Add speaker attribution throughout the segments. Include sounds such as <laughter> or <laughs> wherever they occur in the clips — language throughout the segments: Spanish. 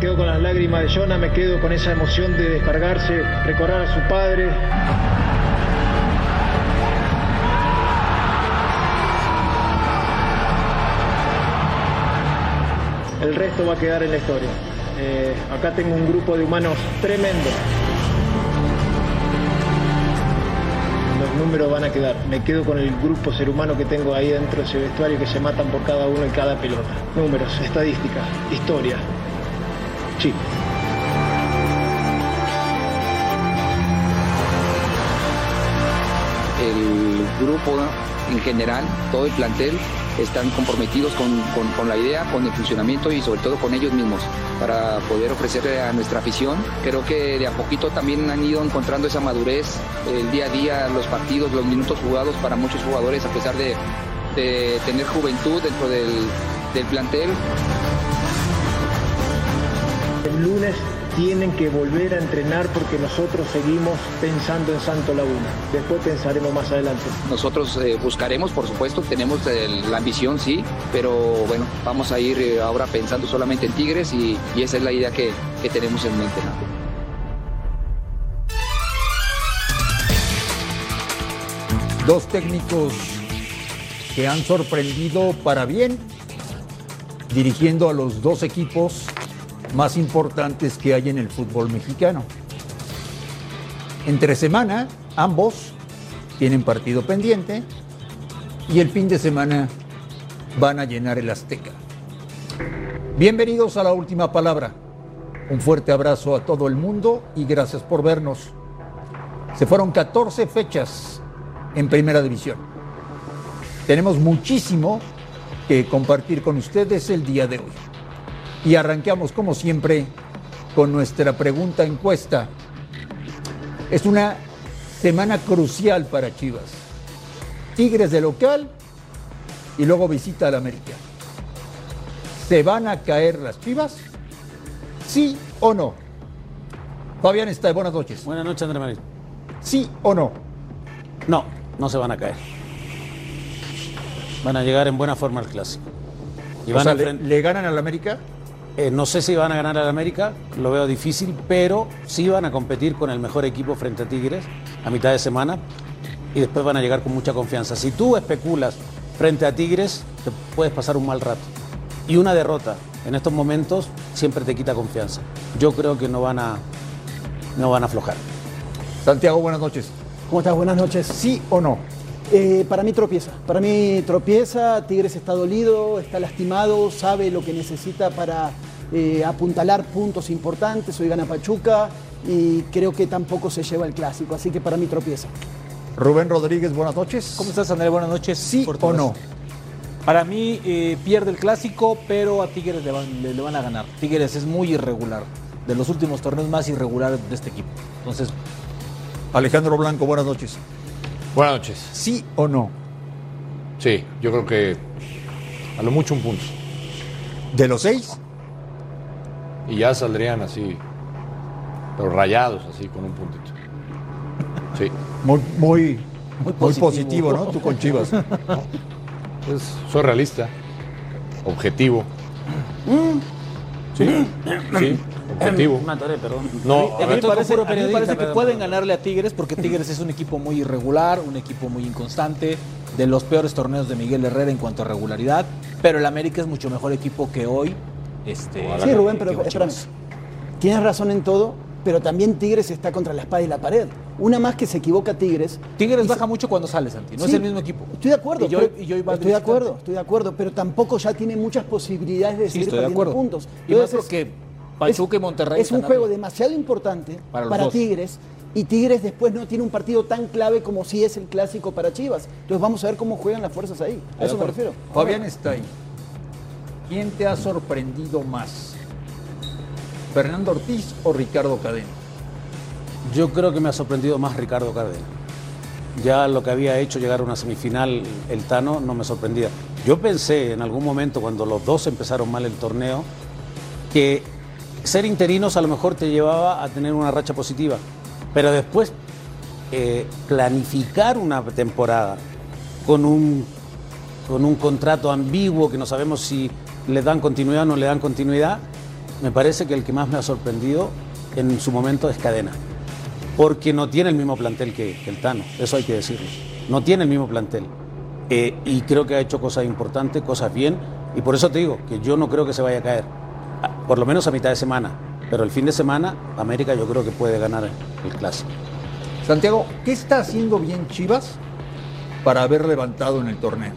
Speaker 1: quedo con las lágrimas de Jonah, me quedo con esa emoción de descargarse, recordar a su padre. El resto va a quedar en la historia. Eh, acá tengo un grupo de humanos tremendo. Los números van a quedar. Me quedo con el grupo ser humano que tengo ahí dentro de ese vestuario que se matan por cada uno y cada pelota. Números, estadísticas, historia. Chip.
Speaker 2: El grupo en general, todo el plantel, están comprometidos con, con, con, la idea, con el funcionamiento y sobre todo con ellos mismos para poder ofrecerle a nuestra afición. Creo que de a poquito también han ido encontrando esa madurez el día a día, los partidos, los minutos jugados para muchos jugadores a pesar de, de tener juventud dentro del, del plantel.
Speaker 1: El lunes tienen que volver a entrenar porque nosotros seguimos pensando en Santo Laguna. Después pensaremos más adelante.
Speaker 2: Nosotros eh, buscaremos, por supuesto, tenemos el, la ambición, sí, pero bueno, vamos a ir eh, ahora pensando solamente en Tigres y, y esa es la idea que, que tenemos en mente. ¿no?
Speaker 3: Dos técnicos que han sorprendido para bien, dirigiendo a los dos equipos más importantes que hay en el fútbol mexicano. Entre semana, ambos tienen partido pendiente y el fin de semana van a llenar el Azteca. Bienvenidos a la última palabra. Un fuerte abrazo a todo el mundo y gracias por vernos. Se fueron 14 fechas en primera división. Tenemos muchísimo que compartir con ustedes el día de hoy. Y arranqueamos como siempre con nuestra pregunta encuesta. Es una semana crucial para Chivas. Tigres de local y luego visita al América. ¿Se van a caer las Chivas? ¿Sí o no? Fabián está, buenas noches.
Speaker 4: Buenas noches, Andrés Marín.
Speaker 3: ¿Sí o no?
Speaker 4: No, no se van a caer. Van a llegar en buena forma al clásico.
Speaker 3: Y van sea, a le, ¿Le ganan al América?
Speaker 4: Eh, no sé si van a ganar al América, lo veo difícil, pero sí van a competir con el mejor equipo frente a Tigres a mitad de semana y después van a llegar con mucha confianza. Si tú especulas frente a Tigres, te puedes pasar un mal rato. Y una derrota en estos momentos siempre te quita confianza. Yo creo que no van a, no van a aflojar.
Speaker 3: Santiago, buenas noches.
Speaker 5: ¿Cómo estás? Buenas noches.
Speaker 3: ¿Sí o no?
Speaker 5: Eh, para mí tropieza, para mí tropieza, Tigres está dolido, está lastimado, sabe lo que necesita para eh, apuntalar puntos importantes, hoy gana Pachuca y creo que tampoco se lleva el clásico, así que para mí tropieza.
Speaker 3: Rubén Rodríguez, buenas noches.
Speaker 6: ¿Cómo estás Andrés? Buenas noches.
Speaker 3: ¿Sí o no?
Speaker 6: Para mí eh, pierde el clásico, pero a Tigres le van, le, le van a ganar. Tigres es muy irregular, de los últimos torneos más irregulares de este equipo. Entonces...
Speaker 3: Alejandro Blanco, buenas noches.
Speaker 7: Buenas noches.
Speaker 3: ¿Sí o no?
Speaker 7: Sí, yo creo que a lo mucho un punto.
Speaker 3: ¿De los seis?
Speaker 7: Y ya saldrían así, pero rayados, así, con un puntito. Sí.
Speaker 3: Muy, muy, muy, positivo. muy positivo. ¿no? Tú
Speaker 7: <laughs>
Speaker 3: con Chivas. No,
Speaker 7: pues, soy realista, objetivo.
Speaker 3: Mm.
Speaker 7: Sí, sí. Objetivo.
Speaker 6: Mataré, perdón.
Speaker 7: No,
Speaker 6: a, a, mí, me parece, a mí me parece, que pueden ganarle a Tigres porque Tigres es un equipo muy irregular, un equipo muy inconstante, de los peores torneos de Miguel Herrera en cuanto a regularidad, pero el América es mucho mejor equipo que hoy. Este,
Speaker 5: sí, Rubén, pero espérame. Tienes razón en todo, pero también Tigres está contra la espada y la pared. Una más que se equivoca Tigres.
Speaker 6: Tigres baja se... mucho cuando sale, Santi. No sí, es el mismo equipo.
Speaker 5: Estoy de acuerdo. Y yo, pero, y yo iba estoy de acuerdo, estoy de acuerdo, pero tampoco ya tiene muchas posibilidades de seguir sí, estoy de acuerdo. puntos.
Speaker 6: Y Entonces, más porque Pachuca y Monterrey.
Speaker 5: Es un juego arriba. demasiado importante para, para Tigres y Tigres después no tiene un partido tan clave como si es el clásico para Chivas. Entonces vamos a ver cómo juegan las fuerzas ahí. A eso me refiero.
Speaker 3: Fabián está ahí. ¿Quién te ha sorprendido más? ¿Fernando Ortiz o Ricardo Cadena?
Speaker 4: Yo creo que me ha sorprendido más Ricardo Cadena. Ya lo que había hecho llegar a una semifinal el Tano no me sorprendía. Yo pensé en algún momento cuando los dos empezaron mal el torneo que ser interinos a lo mejor te llevaba a tener una racha positiva, pero después eh, planificar una temporada con un, con un contrato ambiguo que no sabemos si le dan continuidad o no le dan continuidad, Me parece que el que más me ha sorprendido en su momento es Cadena, porque no tiene el mismo plantel que, que el Tano, eso hay que decirlo. No tiene el mismo plantel. Eh, y creo que ha hecho cosas importantes, cosas bien, y por eso te digo que yo no creo que se vaya a caer, a- por lo menos a mitad de semana. Pero el fin de semana, América yo creo que puede ganar el clásico.
Speaker 3: Santiago, ¿qué está haciendo bien Chivas para haber levantado en el torneo?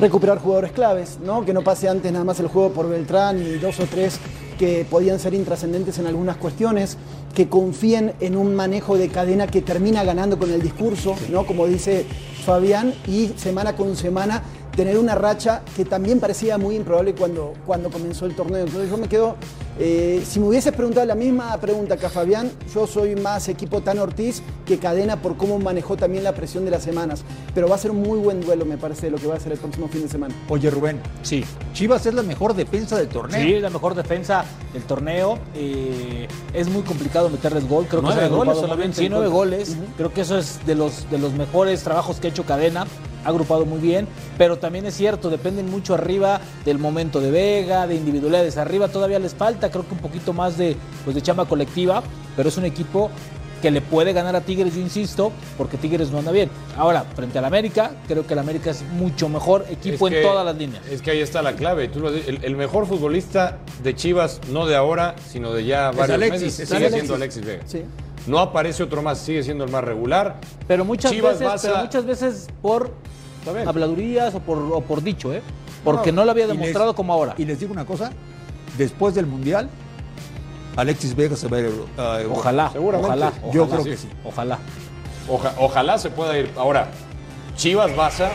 Speaker 5: recuperar jugadores claves, ¿no? Que no pase antes nada más el juego por Beltrán y dos o tres que podían ser intrascendentes en algunas cuestiones, que confíen en un manejo de cadena que termina ganando con el discurso, ¿no? Como dice Fabián, y semana con semana tener una racha que también parecía muy improbable cuando, cuando comenzó el torneo. Entonces yo me quedo, eh, si me hubieses preguntado la misma pregunta que a Fabián, yo soy más equipo Tan Ortiz que Cadena por cómo manejó también la presión de las semanas. Pero va a ser un muy buen duelo, me parece, lo que va a ser el próximo fin de semana.
Speaker 3: Oye, Rubén,
Speaker 6: Sí,
Speaker 3: Chivas es la mejor defensa del torneo.
Speaker 6: Sí, la mejor defensa del torneo. eh, es muy complicado meterles gol. Creo
Speaker 4: Nueve
Speaker 6: que se han agrupado
Speaker 4: goles
Speaker 6: muy bien.
Speaker 4: solamente
Speaker 6: Sí,
Speaker 4: en
Speaker 6: nueve
Speaker 4: contra.
Speaker 6: goles. Creo que eso es de los, de los mejores trabajos que ha hecho Cadena. Ha agrupado muy bien. Pero también es cierto, dependen mucho arriba del momento de Vega, de individualidades. Arriba todavía les falta, creo que un poquito más de, pues, de chamba colectiva. Pero es un equipo que le puede ganar a Tigres, yo insisto, porque Tigres no anda bien. Ahora, frente al América, creo que el América es mucho mejor equipo
Speaker 7: Es
Speaker 6: en
Speaker 7: que-
Speaker 6: todas las líneas.
Speaker 7: Es que ahí está la clave. Tú lo has dicho, el, el mejor futbolista de Chivas, no de ahora, sino de ya
Speaker 3: Es
Speaker 7: varios
Speaker 3: Alexis,
Speaker 7: meses,
Speaker 3: es
Speaker 7: sigue
Speaker 3: Alexis.
Speaker 7: siendo Alexis Vega.
Speaker 5: Sí.
Speaker 7: No aparece otro más, sigue siendo el más regular.
Speaker 6: Pero muchas
Speaker 7: Chivas
Speaker 6: veces,
Speaker 7: vas
Speaker 6: pero
Speaker 7: a-
Speaker 6: muchas veces por
Speaker 7: Está bien.
Speaker 6: habladurías o por, o por dicho, ¿eh? Porque no, lo había
Speaker 3: Y les-
Speaker 6: demostrado como ahora.
Speaker 3: Y les digo una cosa, después del Mundial, Alexis Vega se va a ir a Euro- a Europa.
Speaker 6: Ojalá,
Speaker 7: Seguramente.
Speaker 6: ojalá,
Speaker 3: Yo
Speaker 6: ojalá,
Speaker 3: creo que sí.
Speaker 6: Ojalá.
Speaker 7: Oja- ojalá se pueda ir. Ahora, Chivas basa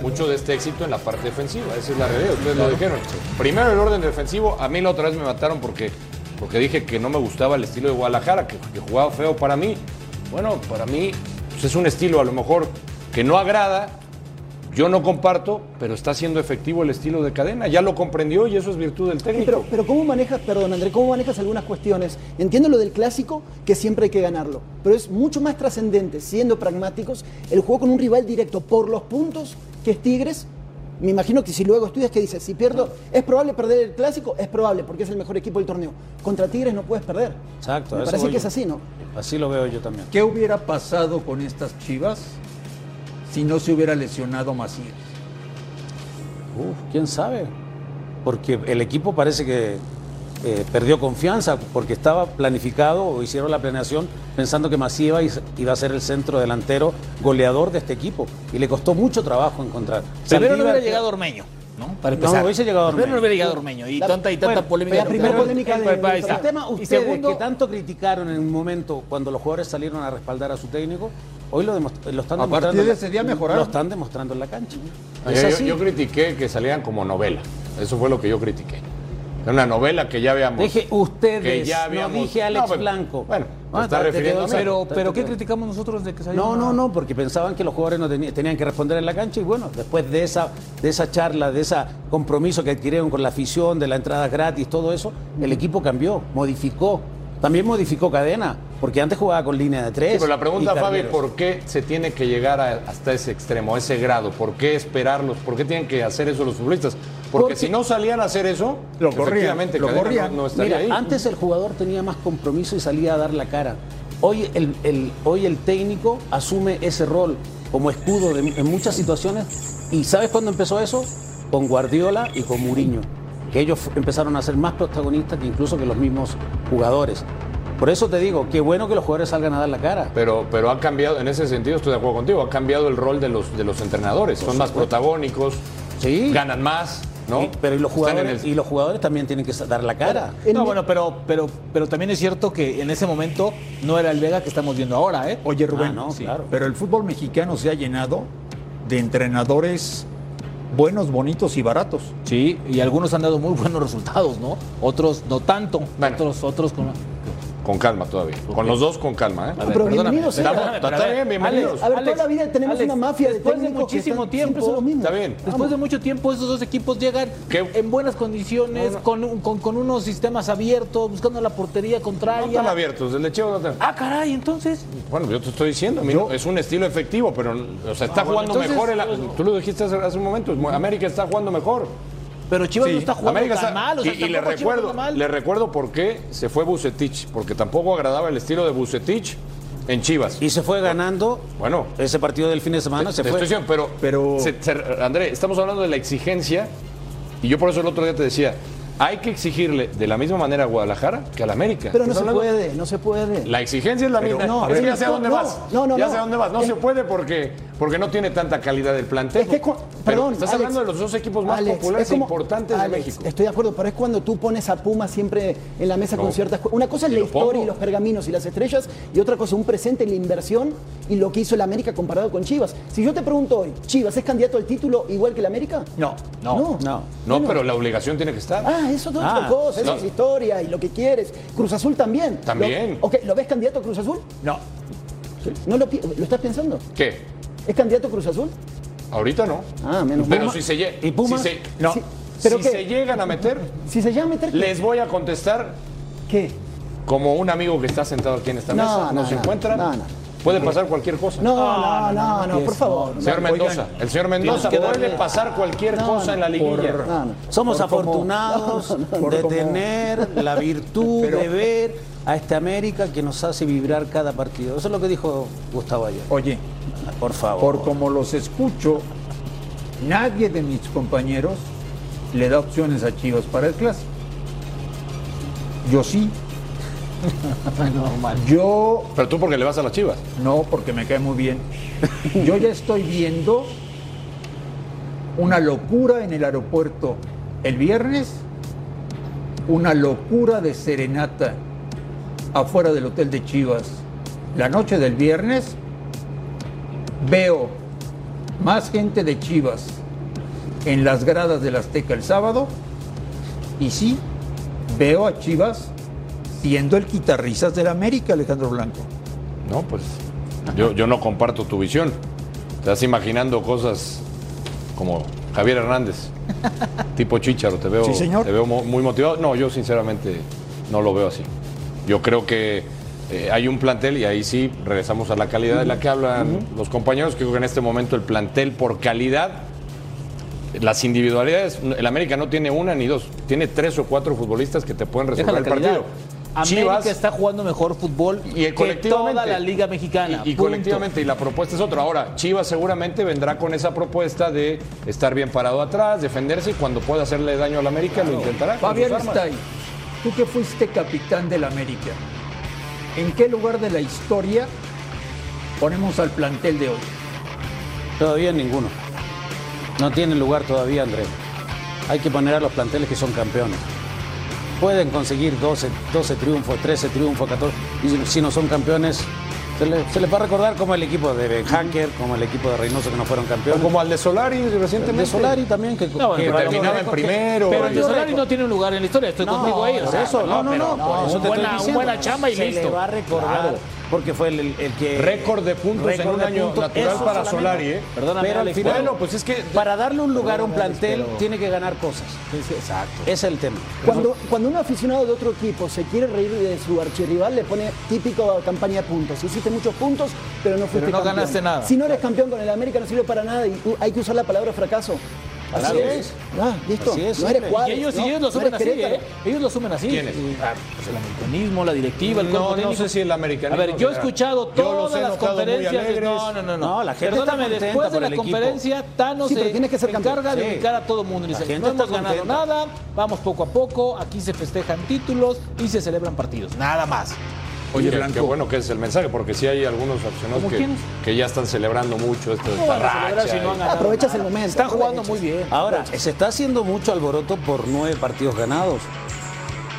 Speaker 7: mucho de este éxito en la parte defensiva. Esa es la realidad. Ustedes lo dijeron. Primero el orden defensivo. A mí la otra vez me mataron porque, porque dije que no me gustaba el estilo de Guadalajara, que, que jugaba feo para mí. Bueno, para mí pues, es un estilo a lo mejor que no agrada. Yo no comparto, pero está siendo efectivo el estilo de cadena. Ya lo comprendió y eso es virtud del
Speaker 5: Sí,
Speaker 7: técnico.
Speaker 5: Eh, Pero, pero ¿cómo manejas, perdón André, cómo manejas algunas cuestiones? Entiendo lo del clásico, que siempre hay que ganarlo, pero es mucho más trascendente, siendo pragmáticos, el juego con un rival directo por los puntos, que es Tigres. Me imagino que si luego estudias que dices, si pierdo,
Speaker 3: Ah.
Speaker 5: ¿es probable perder el clásico? Es probable, porque es el mejor equipo del torneo. Contra Tigres no puedes perder.
Speaker 4: Exacto, a
Speaker 5: Me
Speaker 4: eso
Speaker 5: parece
Speaker 4: voy
Speaker 5: que es
Speaker 4: yo.
Speaker 5: así, ¿no?
Speaker 4: Así lo veo yo también.
Speaker 3: ¿Qué hubiera pasado con estas Chivas si no se hubiera lesionado Macías?
Speaker 4: Uf, quién sabe. Porque el equipo parece que eh, perdió confianza, porque estaba planificado o hicieron la planeación pensando que Macías iba, a- iba a ser el centro delantero goleador de este equipo. Y le costó mucho trabajo encontrar.
Speaker 6: Primero no
Speaker 4: Saldívar- eh,
Speaker 6: hubiera llegado Ormeño, ¿no? Para
Speaker 4: No,
Speaker 6: empezar.
Speaker 4: hubiese llegado
Speaker 6: Primero no
Speaker 4: Ormeño.
Speaker 6: hubiera llegado Ormeño. Y tanta y tanta
Speaker 4: Bueno,
Speaker 6: polémica.
Speaker 5: la primera
Speaker 6: Pero-
Speaker 5: polémica de-
Speaker 6: ahí está.
Speaker 5: del
Speaker 4: El tema,
Speaker 6: y
Speaker 4: ustedes
Speaker 6: segundo,
Speaker 4: que tanto criticaron en un momento cuando los jugadores salieron a respaldar a su técnico, hoy lo, demostr- lo están
Speaker 3: A
Speaker 4: demostrando.
Speaker 3: partir de ese día mejoraron.
Speaker 4: Lo están demostrando en la cancha.
Speaker 7: Ah,
Speaker 4: Es
Speaker 7: yo-
Speaker 4: así.
Speaker 7: yo, yo critiqué que salieran como novela. Eso fue lo que yo critiqué. Era una novela que ya veamos.
Speaker 4: Deje ustedes,
Speaker 7: que ya
Speaker 4: no
Speaker 7: habíamos-
Speaker 4: dije Alex
Speaker 7: No, pero-
Speaker 4: Blanco.
Speaker 7: bueno,
Speaker 4: Ah,
Speaker 7: me está
Speaker 4: te- te
Speaker 7: refiriendo
Speaker 4: quedó-
Speaker 7: a mí.
Speaker 6: pero,
Speaker 4: te-
Speaker 6: pero
Speaker 4: te
Speaker 6: ¿qué
Speaker 4: quedó-
Speaker 6: criticamos nosotros de que se haya
Speaker 4: No,
Speaker 6: una-
Speaker 4: no, no, porque pensaban que los jugadores no teni- tenían que responder en la cancha y bueno, después de esa, de esa charla, de ese compromiso que adquirieron con la afición, de la entrada gratis, todo eso, el equipo cambió, modificó. También modificó cadena, porque antes jugaba con línea de tres.
Speaker 7: Sí, pero la pregunta,
Speaker 4: y
Speaker 7: Fabi,
Speaker 4: carrileros.
Speaker 7: ¿por qué se tiene que llegar a- hasta ese extremo, a ese grado? ¿Por qué esperarlos? ¿Por qué tienen que hacer eso los futbolistas? Porque,
Speaker 4: Porque-
Speaker 7: si no salían a hacer eso,
Speaker 3: Lo corrían,
Speaker 7: efectivamente,
Speaker 3: lo
Speaker 7: Cadena
Speaker 3: corrían.
Speaker 7: No, no estaría
Speaker 4: Mira,
Speaker 7: ahí.
Speaker 4: antes el jugador tenía más compromiso y salía a dar la cara. Hoy el, el- hoy el técnico asume ese rol como escudo de- en muchas situaciones. ¿Y sabes cuándo empezó eso? Con Guardiola y con Mourinho. Que ellos fu- empezaron a ser más protagonistas que incluso que los mismos jugadores. Por eso te digo, qué bueno que los jugadores salgan a dar la cara.
Speaker 7: Pero, pero ha cambiado, en ese sentido estoy de acuerdo contigo, ha cambiado el rol de los, de los entrenadores. Son más protagónicos,
Speaker 4: Sí.
Speaker 7: ganan más, ¿no?
Speaker 4: Y- pero y los,
Speaker 7: Están en
Speaker 4: jugadores,
Speaker 7: el-
Speaker 4: y los jugadores también tienen que sa- dar la cara.
Speaker 5: En
Speaker 6: No,
Speaker 5: mi-
Speaker 6: bueno, pero, pero, pero también es cierto que en ese momento no era el Vega que estamos viendo ahora, ¿eh?
Speaker 3: Oye, Rubén,
Speaker 4: Ah, no,
Speaker 3: sí,
Speaker 4: claro.
Speaker 3: pero el fútbol mexicano se ha llenado de entrenadores buenos, bonitos y baratos.
Speaker 6: Sí, y algunos han dado muy buenos resultados, ¿no? Otros no tanto.
Speaker 7: Bueno.
Speaker 6: Otros, otros con.
Speaker 7: Con calma todavía. Con los dos con calma, ¿eh?
Speaker 6: A ver,
Speaker 5: pero
Speaker 6: perdóname,
Speaker 5: bienvenido sea.
Speaker 6: perdóname,
Speaker 7: Está-
Speaker 6: pero
Speaker 7: está
Speaker 6: a ver,
Speaker 7: bien, bienvenidos.
Speaker 6: Alex,
Speaker 5: A ver,
Speaker 6: Alex,
Speaker 5: toda la vida tenemos
Speaker 6: Alex,
Speaker 5: una mafia de
Speaker 6: Después de
Speaker 5: técnicos que
Speaker 6: muchísimo
Speaker 5: están- siempre son
Speaker 6: tiempo.
Speaker 5: los mismos.
Speaker 7: Está bien.
Speaker 6: Después de mucho tiempo, esos dos equipos llegan
Speaker 7: ¿Qué?
Speaker 6: en buenas condiciones, Con, un- con, con unos sistemas abiertos, buscando la portería
Speaker 7: No
Speaker 6: contraria.
Speaker 7: están abiertos, el de Chivas no están.
Speaker 6: ah, caray, entonces.
Speaker 7: Bueno, yo te estoy diciendo, a mí no- es un estilo efectivo, pero o sea, está
Speaker 6: Ah, bueno,
Speaker 7: jugando
Speaker 6: entonces-
Speaker 7: mejor. el- tú lo dijiste hace, hace un momento, América está jugando mejor.
Speaker 6: Pero Chivas
Speaker 7: Sí.
Speaker 6: no está jugando
Speaker 7: América
Speaker 6: tan
Speaker 7: está-
Speaker 6: mal. O sea,
Speaker 7: y, y le
Speaker 6: tampoco Chivas
Speaker 7: recuerdo,
Speaker 6: juega mal.
Speaker 7: le recuerdo por qué se fue Bucetich, porque tampoco agradaba el estilo de Bucetich en Chivas.
Speaker 4: Y se fue ganando
Speaker 7: Bueno,
Speaker 4: ese partido del fin de semana.
Speaker 7: te
Speaker 4: se fue.
Speaker 7: estoy diciendo, pero,
Speaker 3: Pero-
Speaker 7: se- se- André, estamos hablando de la exigencia y yo por eso el otro día te decía, hay que exigirle de la misma manera a Guadalajara que al América.
Speaker 5: Pero no
Speaker 7: Estás
Speaker 5: se
Speaker 7: hablando-
Speaker 5: puede, no se puede.
Speaker 7: La exigencia es la misma.
Speaker 5: no,
Speaker 7: No, es
Speaker 5: a
Speaker 7: que
Speaker 5: ver.
Speaker 7: ya sé a dónde
Speaker 5: No,
Speaker 7: vas.
Speaker 5: no, no,
Speaker 7: ya
Speaker 5: no.
Speaker 7: sé a dónde vas. No
Speaker 5: Es-
Speaker 7: se puede porque, porque no tiene tanta calidad del plantel.
Speaker 5: Es que cu-
Speaker 7: Pero
Speaker 5: perdón,
Speaker 7: Estás
Speaker 5: Alex,
Speaker 7: hablando de los dos equipos más
Speaker 5: Alex,
Speaker 7: populares
Speaker 5: es como-
Speaker 7: e importantes de
Speaker 5: Alex,
Speaker 7: México.
Speaker 5: Estoy de acuerdo, pero es cuando tú pones a Puma siempre en la mesa
Speaker 7: No.
Speaker 5: con ciertas cosas. Una cosa es
Speaker 7: Y
Speaker 5: la
Speaker 7: lo
Speaker 5: historia
Speaker 7: pongo.
Speaker 5: y los pergaminos y las estrellas, y otra cosa un presente y la inversión y lo que hizo el América comparado con Chivas. Si yo te pregunto hoy, ¿Chivas es candidato al título igual que el América?
Speaker 3: No,
Speaker 5: No.
Speaker 4: No.
Speaker 7: No, pero la obligación tiene que estar.
Speaker 5: Ah, eso es eh, otra
Speaker 4: Ah,
Speaker 5: cosa, eso
Speaker 7: no.
Speaker 5: es historia y lo que quieres. Cruz Azul también.
Speaker 7: También.
Speaker 5: Lo, ok, ¿lo ves candidato a Cruz Azul?
Speaker 3: no.
Speaker 5: ¿No lo, pi- lo estás pensando?
Speaker 7: ¿Qué?
Speaker 5: ¿Es candidato a Cruz Azul?
Speaker 7: Ahorita no.
Speaker 5: Ah, menos
Speaker 7: Pero
Speaker 5: mal.
Speaker 7: si se, lle-
Speaker 4: ¿Y Pumas?
Speaker 7: si se-
Speaker 3: No.
Speaker 5: Sí, ¿pero
Speaker 7: si
Speaker 5: qué?
Speaker 7: se llegan a meter,
Speaker 5: Si se llama a meter,
Speaker 7: les voy a contestar
Speaker 5: ¿qué?
Speaker 7: como un amigo que está sentado aquí en esta
Speaker 5: No,
Speaker 7: mesa.
Speaker 5: no,
Speaker 7: Nos
Speaker 5: no,
Speaker 7: encuentran.
Speaker 5: no, no.
Speaker 7: Puede pasar cualquier cosa.
Speaker 5: No, no, no, no, por favor.
Speaker 7: Señor Mendoza, el señor Mendoza
Speaker 4: que
Speaker 7: puede
Speaker 4: darle-
Speaker 7: pasar cualquier
Speaker 5: No,
Speaker 7: cosa
Speaker 5: no,
Speaker 7: en la liguilla.
Speaker 5: No, no.
Speaker 4: Somos
Speaker 3: Por
Speaker 7: <laughs>
Speaker 3: como-
Speaker 4: afortunados
Speaker 3: por
Speaker 4: de
Speaker 3: como-
Speaker 4: tener la virtud
Speaker 3: Pero-
Speaker 4: de ver a esta América que nos hace vibrar cada partido. Eso es lo que dijo Gustavo ayer.
Speaker 3: Oye,
Speaker 4: Por favor.
Speaker 3: por como los escucho, nadie de mis compañeros le da opciones a Chivas para el clásico. Yo
Speaker 5: <laughs>
Speaker 3: sí. Yo
Speaker 7: Pero tú porque le vas a las chivas.
Speaker 3: No, porque me cae muy bien. Yo ya estoy viendo una locura en el aeropuerto el viernes, una locura de serenata afuera del hotel de Chivas. La noche del viernes veo más gente de Chivas en las gradas del Azteca el sábado y sí, veo a Chivas siendo el guitarrizas del América, Alejandro Blanco.
Speaker 7: No, pues yo, yo no comparto tu visión. Estás imaginando cosas como
Speaker 6: <laughs>
Speaker 7: Javier Hernández, tipo Chicharo, te veo,
Speaker 3: Sí, señor.
Speaker 7: te veo mo- muy motivado. No, yo sinceramente no lo veo así. Yo creo que eh, hay un plantel y ahí sí regresamos a la calidad de la que hablan los compañeros. Creo que en este momento el plantel por calidad, las individualidades, el América no tiene una ni dos, tiene tres o cuatro futbolistas que te pueden
Speaker 6: Deja
Speaker 7: resolver
Speaker 6: la
Speaker 7: el
Speaker 6: calidad.
Speaker 7: partido.
Speaker 6: América está jugando mejor fútbol
Speaker 7: Y
Speaker 6: que
Speaker 7: colectivamente.
Speaker 6: toda la Liga Mexicana.
Speaker 7: Y, y
Speaker 6: punto.
Speaker 7: colectivamente, y la propuesta es otra. Ahora, Chivas seguramente vendrá con esa propuesta de estar bien parado atrás, defenderse y cuando pueda hacerle daño al América lo intentará. con
Speaker 3: Fabián
Speaker 7: sus armas.
Speaker 3: Stay, tú que fuiste capitán del América, ¿en qué lugar de la historia ponemos al plantel de hoy?
Speaker 4: Todavía ninguno. No tiene lugar todavía, Andrés. Hay que poner a los planteles que son campeones. Pueden conseguir 12, 12 triunfos, 13 triunfos, 14. Y si- si no son campeones, se le- se les, va a recordar como el equipo de Ben Hacker, como el equipo de Reynoso que no fueron
Speaker 7: O
Speaker 4: campeones.
Speaker 7: como al de Solari recientemente.
Speaker 4: de Solari también, que,
Speaker 6: No, bueno,
Speaker 4: que
Speaker 6: pero
Speaker 7: terminaba en primero.
Speaker 6: Pero
Speaker 7: y-
Speaker 6: el Solari no tiene un lugar en la historia, estoy contigo ahí. o
Speaker 4: por
Speaker 6: sea,
Speaker 4: eso, no, no, no,
Speaker 6: pero
Speaker 4: por eso
Speaker 6: un
Speaker 4: te estoy
Speaker 6: buena, un
Speaker 4: diciendo.
Speaker 6: buena chamba y
Speaker 4: se
Speaker 6: listo.
Speaker 4: Le va a recordar
Speaker 7: Claro.
Speaker 4: porque fue el, el que.
Speaker 7: Récord de puntos en
Speaker 4: récord
Speaker 7: un
Speaker 4: de
Speaker 7: año
Speaker 4: puntos,
Speaker 7: natural
Speaker 4: eso
Speaker 7: para
Speaker 4: solamente.
Speaker 7: Solari, ¿eh?
Speaker 6: Perdóname,
Speaker 4: pero al
Speaker 6: Alex,
Speaker 4: final,
Speaker 7: Bueno, pues es que-
Speaker 4: Para darle un lugar a un
Speaker 6: Perdóname, Alex,
Speaker 4: plantel,
Speaker 6: pero-
Speaker 4: tiene que ganar cosas.
Speaker 6: exacto.
Speaker 4: Ese es el tema.
Speaker 5: Cuando, cuando un aficionado de otro equipo se quiere reír de su archirrival, le pone típico campaña de puntos. Hiciste muchos puntos, pero no fuiste
Speaker 6: Pero no
Speaker 5: campeón.
Speaker 6: ganaste nada.
Speaker 5: Si no eres campeón con el América, no sirve para nada y uh, hay que usar la palabra fracaso.
Speaker 4: Así es.
Speaker 5: Ah, listo.
Speaker 4: Así es,
Speaker 5: no eres
Speaker 4: simple.
Speaker 5: Juárez,
Speaker 6: Y ellos,
Speaker 5: no,
Speaker 6: y ellos lo
Speaker 5: no
Speaker 6: suben
Speaker 5: eres
Speaker 6: así, ¿eh?
Speaker 5: Querétaro.
Speaker 6: Ellos lo sumen así.
Speaker 7: ¿Quiénes?
Speaker 6: Y, ah, pues, el americanismo, la directiva, el cuerpo
Speaker 7: No, no
Speaker 6: técnico.
Speaker 7: sé si el americanismo.
Speaker 6: A ver, yo he
Speaker 7: general.
Speaker 6: escuchado
Speaker 7: Yo los
Speaker 6: todas
Speaker 7: he
Speaker 6: las
Speaker 7: notado muy
Speaker 6: conferencias. de-
Speaker 7: alegres.
Speaker 6: No, no, no, no.
Speaker 4: No, la gente
Speaker 6: Perdóname,
Speaker 4: está contenta
Speaker 6: después de
Speaker 4: por
Speaker 6: la
Speaker 4: el equipo.
Speaker 6: conferencia, Thanos
Speaker 5: Sí, pero
Speaker 6: se
Speaker 5: tienes que ser
Speaker 6: se
Speaker 5: campeón.
Speaker 6: encarga de
Speaker 4: Sí.
Speaker 6: ubicar a todo el mundo. Y
Speaker 4: La
Speaker 6: dice,
Speaker 4: gente
Speaker 6: no
Speaker 4: está
Speaker 6: hemos ganado
Speaker 4: contenta.
Speaker 6: nada, vamos poco a poco, aquí se festejan títulos y se celebran partidos. Nada más.
Speaker 7: Oye,
Speaker 3: Blanco.
Speaker 7: qué bueno que es el mensaje, porque sí hay algunos aficionados
Speaker 6: ¿Cómo
Speaker 7: que,
Speaker 6: quiénes?
Speaker 7: que ya están celebrando mucho esta, esta
Speaker 6: van a celebrar
Speaker 7: Pues racha eh.
Speaker 6: si no
Speaker 7: y-
Speaker 6: han ganado?
Speaker 5: Aprovechas el momento.
Speaker 6: Están jugando
Speaker 5: aprovechas.
Speaker 6: muy bien.
Speaker 4: Ahora, se está haciendo mucho alboroto por nueve partidos ganados.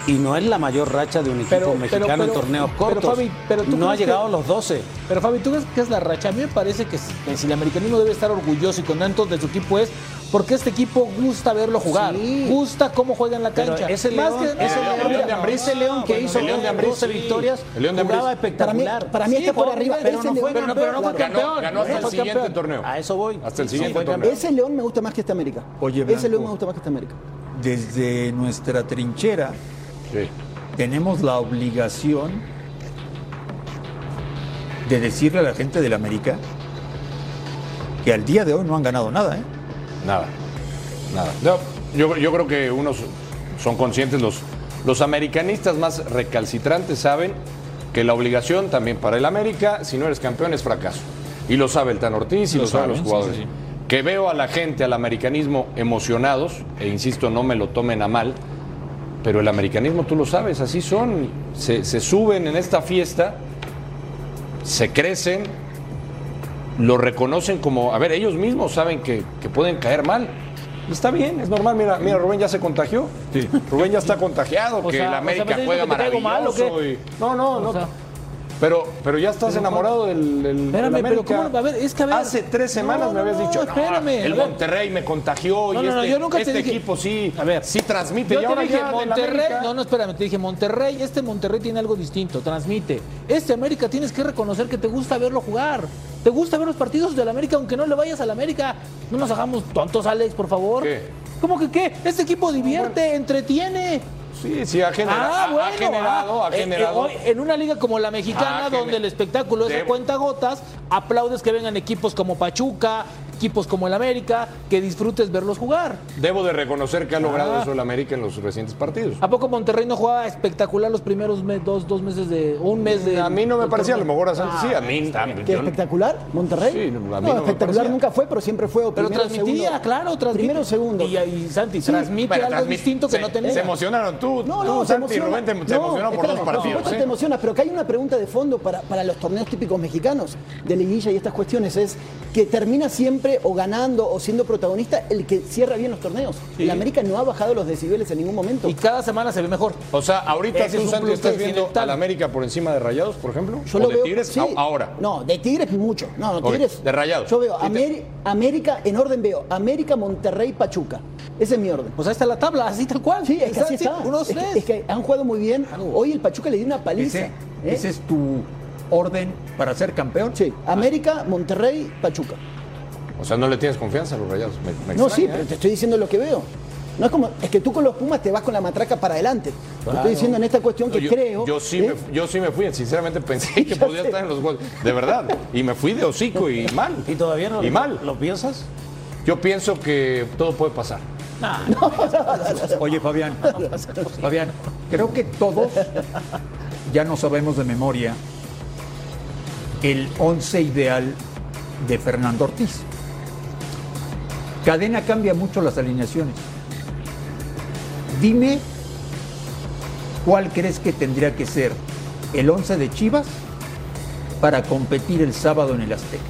Speaker 4: Y no es la mayor racha de un equipo
Speaker 6: Pero- pero-
Speaker 4: mexicano en
Speaker 6: pero-
Speaker 4: torneos
Speaker 6: pero,
Speaker 4: cortos.
Speaker 6: Fabi, pero tú
Speaker 4: no ha
Speaker 6: crees que-
Speaker 4: llegado a los 12.
Speaker 6: Pero Fabi, ¿tú crees que es la racha? A mí me parece que si- que si el americanismo debe estar orgulloso y contento de su equipo es porque este equipo gusta verlo jugar,
Speaker 4: Sí.
Speaker 6: gusta cómo juega en la
Speaker 4: Pero
Speaker 6: cancha.
Speaker 4: ese
Speaker 6: Más
Speaker 4: León,
Speaker 6: que-
Speaker 4: ese
Speaker 7: el
Speaker 4: León,
Speaker 7: León de
Speaker 4: mira,
Speaker 7: Ambriz.
Speaker 4: ese León que
Speaker 7: Ah,
Speaker 4: hizo
Speaker 7: el León de Ambriz,
Speaker 4: 12
Speaker 7: sí.
Speaker 4: victorias,
Speaker 7: El León de Ambriz.
Speaker 4: jugaba
Speaker 5: Para mí,
Speaker 4: espectacular.
Speaker 5: para mí
Speaker 6: Sí,
Speaker 5: está por
Speaker 6: jugó
Speaker 5: arriba.
Speaker 6: bien,
Speaker 5: ese
Speaker 4: pero no fue
Speaker 5: León-
Speaker 4: campeón,
Speaker 6: pero no fue
Speaker 4: claro.
Speaker 7: Ganó, ganó hasta
Speaker 6: No
Speaker 7: el
Speaker 6: fue
Speaker 7: siguiente
Speaker 6: campeón.
Speaker 7: torneo.
Speaker 4: A eso voy.
Speaker 7: Hasta el
Speaker 4: Sí,
Speaker 7: siguiente
Speaker 4: fue
Speaker 7: torneo.
Speaker 5: Ese León me gusta más que este América.
Speaker 3: Oye, Blanco.
Speaker 5: Ese León me gusta más que este América.
Speaker 3: Desde nuestra trinchera
Speaker 7: Sí.
Speaker 3: tenemos la obligación de decirle a la gente del América que al día de hoy no han ganado nada. ¿eh?
Speaker 7: Nada. Nada. No, yo, yo creo que unos son conscientes, los, los americanistas más recalcitrantes saben que la obligación también para el América, si no eres campeón, es fracaso. Y lo sabe el Tan Ortiz y lo,
Speaker 8: Lo
Speaker 7: saben,
Speaker 8: saben,
Speaker 7: los
Speaker 8: sí,
Speaker 7: jugadores.
Speaker 8: sí, sí.
Speaker 7: Que veo a la gente, al americanismo, emocionados, e insisto, no me lo tomen a mal, pero el americanismo, tú lo sabes, así son. Se, se suben en esta fiesta, se crecen, lo reconocen como. A ver, ellos mismos saben que, que pueden caer mal. Y Está bien, es normal. Mira, mira, Rubén ya se contagió. Rubén ya está contagiado, que el América juega maravilloso. y- No, no, no. pero, pero ya estás enamorado del, del- del
Speaker 6: Espérame, pero
Speaker 7: América.
Speaker 6: ¿cómo? A ver, es que a ver-
Speaker 7: Hace tres semanas
Speaker 6: No,
Speaker 7: me
Speaker 6: no,
Speaker 7: habías
Speaker 6: no,
Speaker 7: dicho, "No,
Speaker 6: espérame,
Speaker 7: el
Speaker 6: a ver.
Speaker 7: Monterrey me contagió
Speaker 6: No,
Speaker 7: y
Speaker 6: no, no,
Speaker 7: este,
Speaker 6: yo nunca te
Speaker 7: este
Speaker 6: dije-
Speaker 7: equipo sí,
Speaker 6: A ver.
Speaker 7: sí transmite.
Speaker 6: Yo
Speaker 7: y
Speaker 6: te
Speaker 7: ahora
Speaker 6: dije
Speaker 7: ya del
Speaker 6: Monterrey,
Speaker 7: América-
Speaker 6: no, no, espérame, te dije Monterrey, este Monterrey tiene algo distinto, transmite. Este América tienes que reconocer que te gusta verlo jugar, te gusta ver los partidos del América aunque no le vayas al América. No nos hagamos tontos, Alex, por favor.
Speaker 7: ¿Qué?
Speaker 6: ¿Cómo que qué? Este equipo divierte, entretiene.
Speaker 7: Sí, sí, ha generado.
Speaker 6: Ah, bueno.
Speaker 7: ha generado,
Speaker 6: ah,
Speaker 7: ha
Speaker 6: eh, eh,
Speaker 7: generado.
Speaker 6: hoy en una liga como la mexicana,
Speaker 7: Ah, gener-
Speaker 6: donde el espectáculo es de
Speaker 7: Debo-
Speaker 6: cuenta gotas, aplaudes que vengan equipos como Pachuca, equipos como el América, que disfrutes verlos jugar.
Speaker 7: Debo de reconocer que ha logrado
Speaker 6: Ah.
Speaker 7: eso el América en los recientes partidos.
Speaker 6: ¿A poco Monterrey no jugaba espectacular los primeros me- dos, dos meses de. o un mes de.
Speaker 7: Pues, A mí no me
Speaker 6: del
Speaker 7: parecía, a lo
Speaker 6: torneo? Ah,
Speaker 7: mejor a Santos sí, a mí también.
Speaker 5: Ah, ¿Qué
Speaker 7: yo no-
Speaker 5: espectacular? ¿Monterrey?
Speaker 7: Sí, no, a mí no
Speaker 5: no,
Speaker 7: me
Speaker 5: espectacular
Speaker 7: parecía.
Speaker 5: nunca fue, pero siempre fue. o
Speaker 6: Pero
Speaker 5: primero,
Speaker 6: transmitía,
Speaker 5: segundo.
Speaker 6: claro, transmitía.
Speaker 5: Primero, segundo.
Speaker 6: Y, y Santi,
Speaker 5: Sí,
Speaker 6: transmite
Speaker 7: Bueno,
Speaker 6: algo
Speaker 7: transmit-
Speaker 6: distinto que
Speaker 7: se-
Speaker 6: no tenía.
Speaker 7: Se emocionaron tú.
Speaker 5: No,
Speaker 7: tú,
Speaker 5: no, se
Speaker 7: Santi y
Speaker 5: emociona.
Speaker 7: Rubén te, se
Speaker 5: No,
Speaker 7: emocionaron por
Speaker 5: espera,
Speaker 7: dos
Speaker 5: Por
Speaker 7: partidos.
Speaker 5: supuesto
Speaker 7: ¿eh?
Speaker 5: te emocionas, pero que hay una pregunta de fondo para, para los torneos típicos mexicanos de liguilla y estas cuestiones, es que termina siempre o ganando o siendo protagonista el que cierra bien los torneos. El América no ha bajado los decibeles en ningún momento.
Speaker 6: Y cada semana se ve mejor.
Speaker 7: O sea, ahorita
Speaker 6: Ese es
Speaker 7: tú,
Speaker 6: un
Speaker 7: Santi,
Speaker 6: plus
Speaker 7: estás
Speaker 6: que tiene
Speaker 7: viendo
Speaker 6: el Tano.
Speaker 7: al América por encima de Rayados, por ejemplo.
Speaker 5: Yo
Speaker 7: o
Speaker 5: lo
Speaker 7: de
Speaker 5: veo-
Speaker 7: Tigres
Speaker 5: sí.
Speaker 7: a- ahora.
Speaker 5: No, de Tigres mucho. No, no,
Speaker 7: Ok,
Speaker 5: Tigres.
Speaker 7: de Rayados.
Speaker 5: Yo veo
Speaker 7: Sí, te-
Speaker 5: Amer- América, en orden veo, América, Monterrey, Pachuca. Ese es mi orden.
Speaker 6: Pues ahí está la tabla, así tal cual.
Speaker 5: Sí, es que así está.
Speaker 6: Unos
Speaker 5: es,
Speaker 6: tres.
Speaker 5: que, es que han jugado muy bien. Hoy el Pachuca le dio una paliza.
Speaker 3: Ese,
Speaker 5: ¿eh?
Speaker 3: ese es tu orden para ser campeón.
Speaker 5: Sí, América, Monterrey, Pachuca.
Speaker 7: O sea, no le tienes confianza a los Rayados. Me- me
Speaker 5: No,
Speaker 7: extraña,
Speaker 5: sí,
Speaker 7: ¿eh?
Speaker 5: pero te estoy diciendo lo que veo. No es como, es que tú con los Pumas te vas con la matraca para adelante. Te estoy diciendo en esta cuestión que
Speaker 7: yo,
Speaker 5: creo.
Speaker 7: Yo sí,
Speaker 5: ¿eh?
Speaker 7: me, yo sí me fui, sinceramente pensé que
Speaker 5: ya
Speaker 7: podía
Speaker 5: sé.
Speaker 7: estar en los juegos. De verdad. Y me fui de hocico y mal.
Speaker 4: ¿Y todavía no
Speaker 7: Y
Speaker 4: lo-
Speaker 7: mal.
Speaker 4: lo piensas?
Speaker 7: Yo pienso que todo puede pasar.
Speaker 5: <laughs>
Speaker 3: Oye, Fabián, <laughs> Fabián, creo que todos ya no sabemos de memoria el once ideal de Fernando Ortiz. Cadena cambia mucho las alineaciones. Dime cuál crees que tendría que ser el once de Chivas para competir el sábado en el Azteca.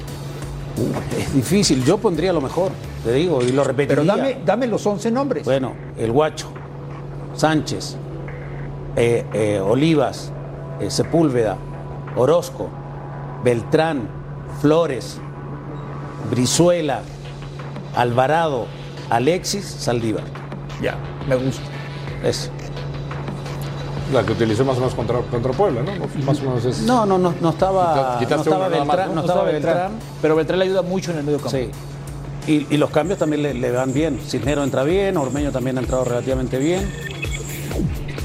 Speaker 4: Es difícil, yo pondría lo mejor, te digo, y lo repetiría.
Speaker 3: Pero dame, dame los 11 nombres.
Speaker 4: Bueno, el Guacho, Sánchez, eh, eh, Olivas, eh, Sepúlveda, Orozco, Beltrán, Flores, Brizuela, Alvarado, Alexis, Saldívar.
Speaker 3: Ya, me gusta.
Speaker 4: Eso.
Speaker 7: La que utilizó más o menos contra, contra Puebla, ¿no? Más o menos es.
Speaker 4: No, no, no, no estaba,
Speaker 7: Quitaste
Speaker 4: no estaba
Speaker 7: uno nada más,
Speaker 4: Beltrán,
Speaker 7: ¿no?
Speaker 4: no estaba Beltrán.
Speaker 6: Pero Beltrán le ayuda mucho en el medio campo.
Speaker 4: Sí. Y, y los cambios también le, le van bien. Cisnero entra bien, Ormeño también ha entrado relativamente bien.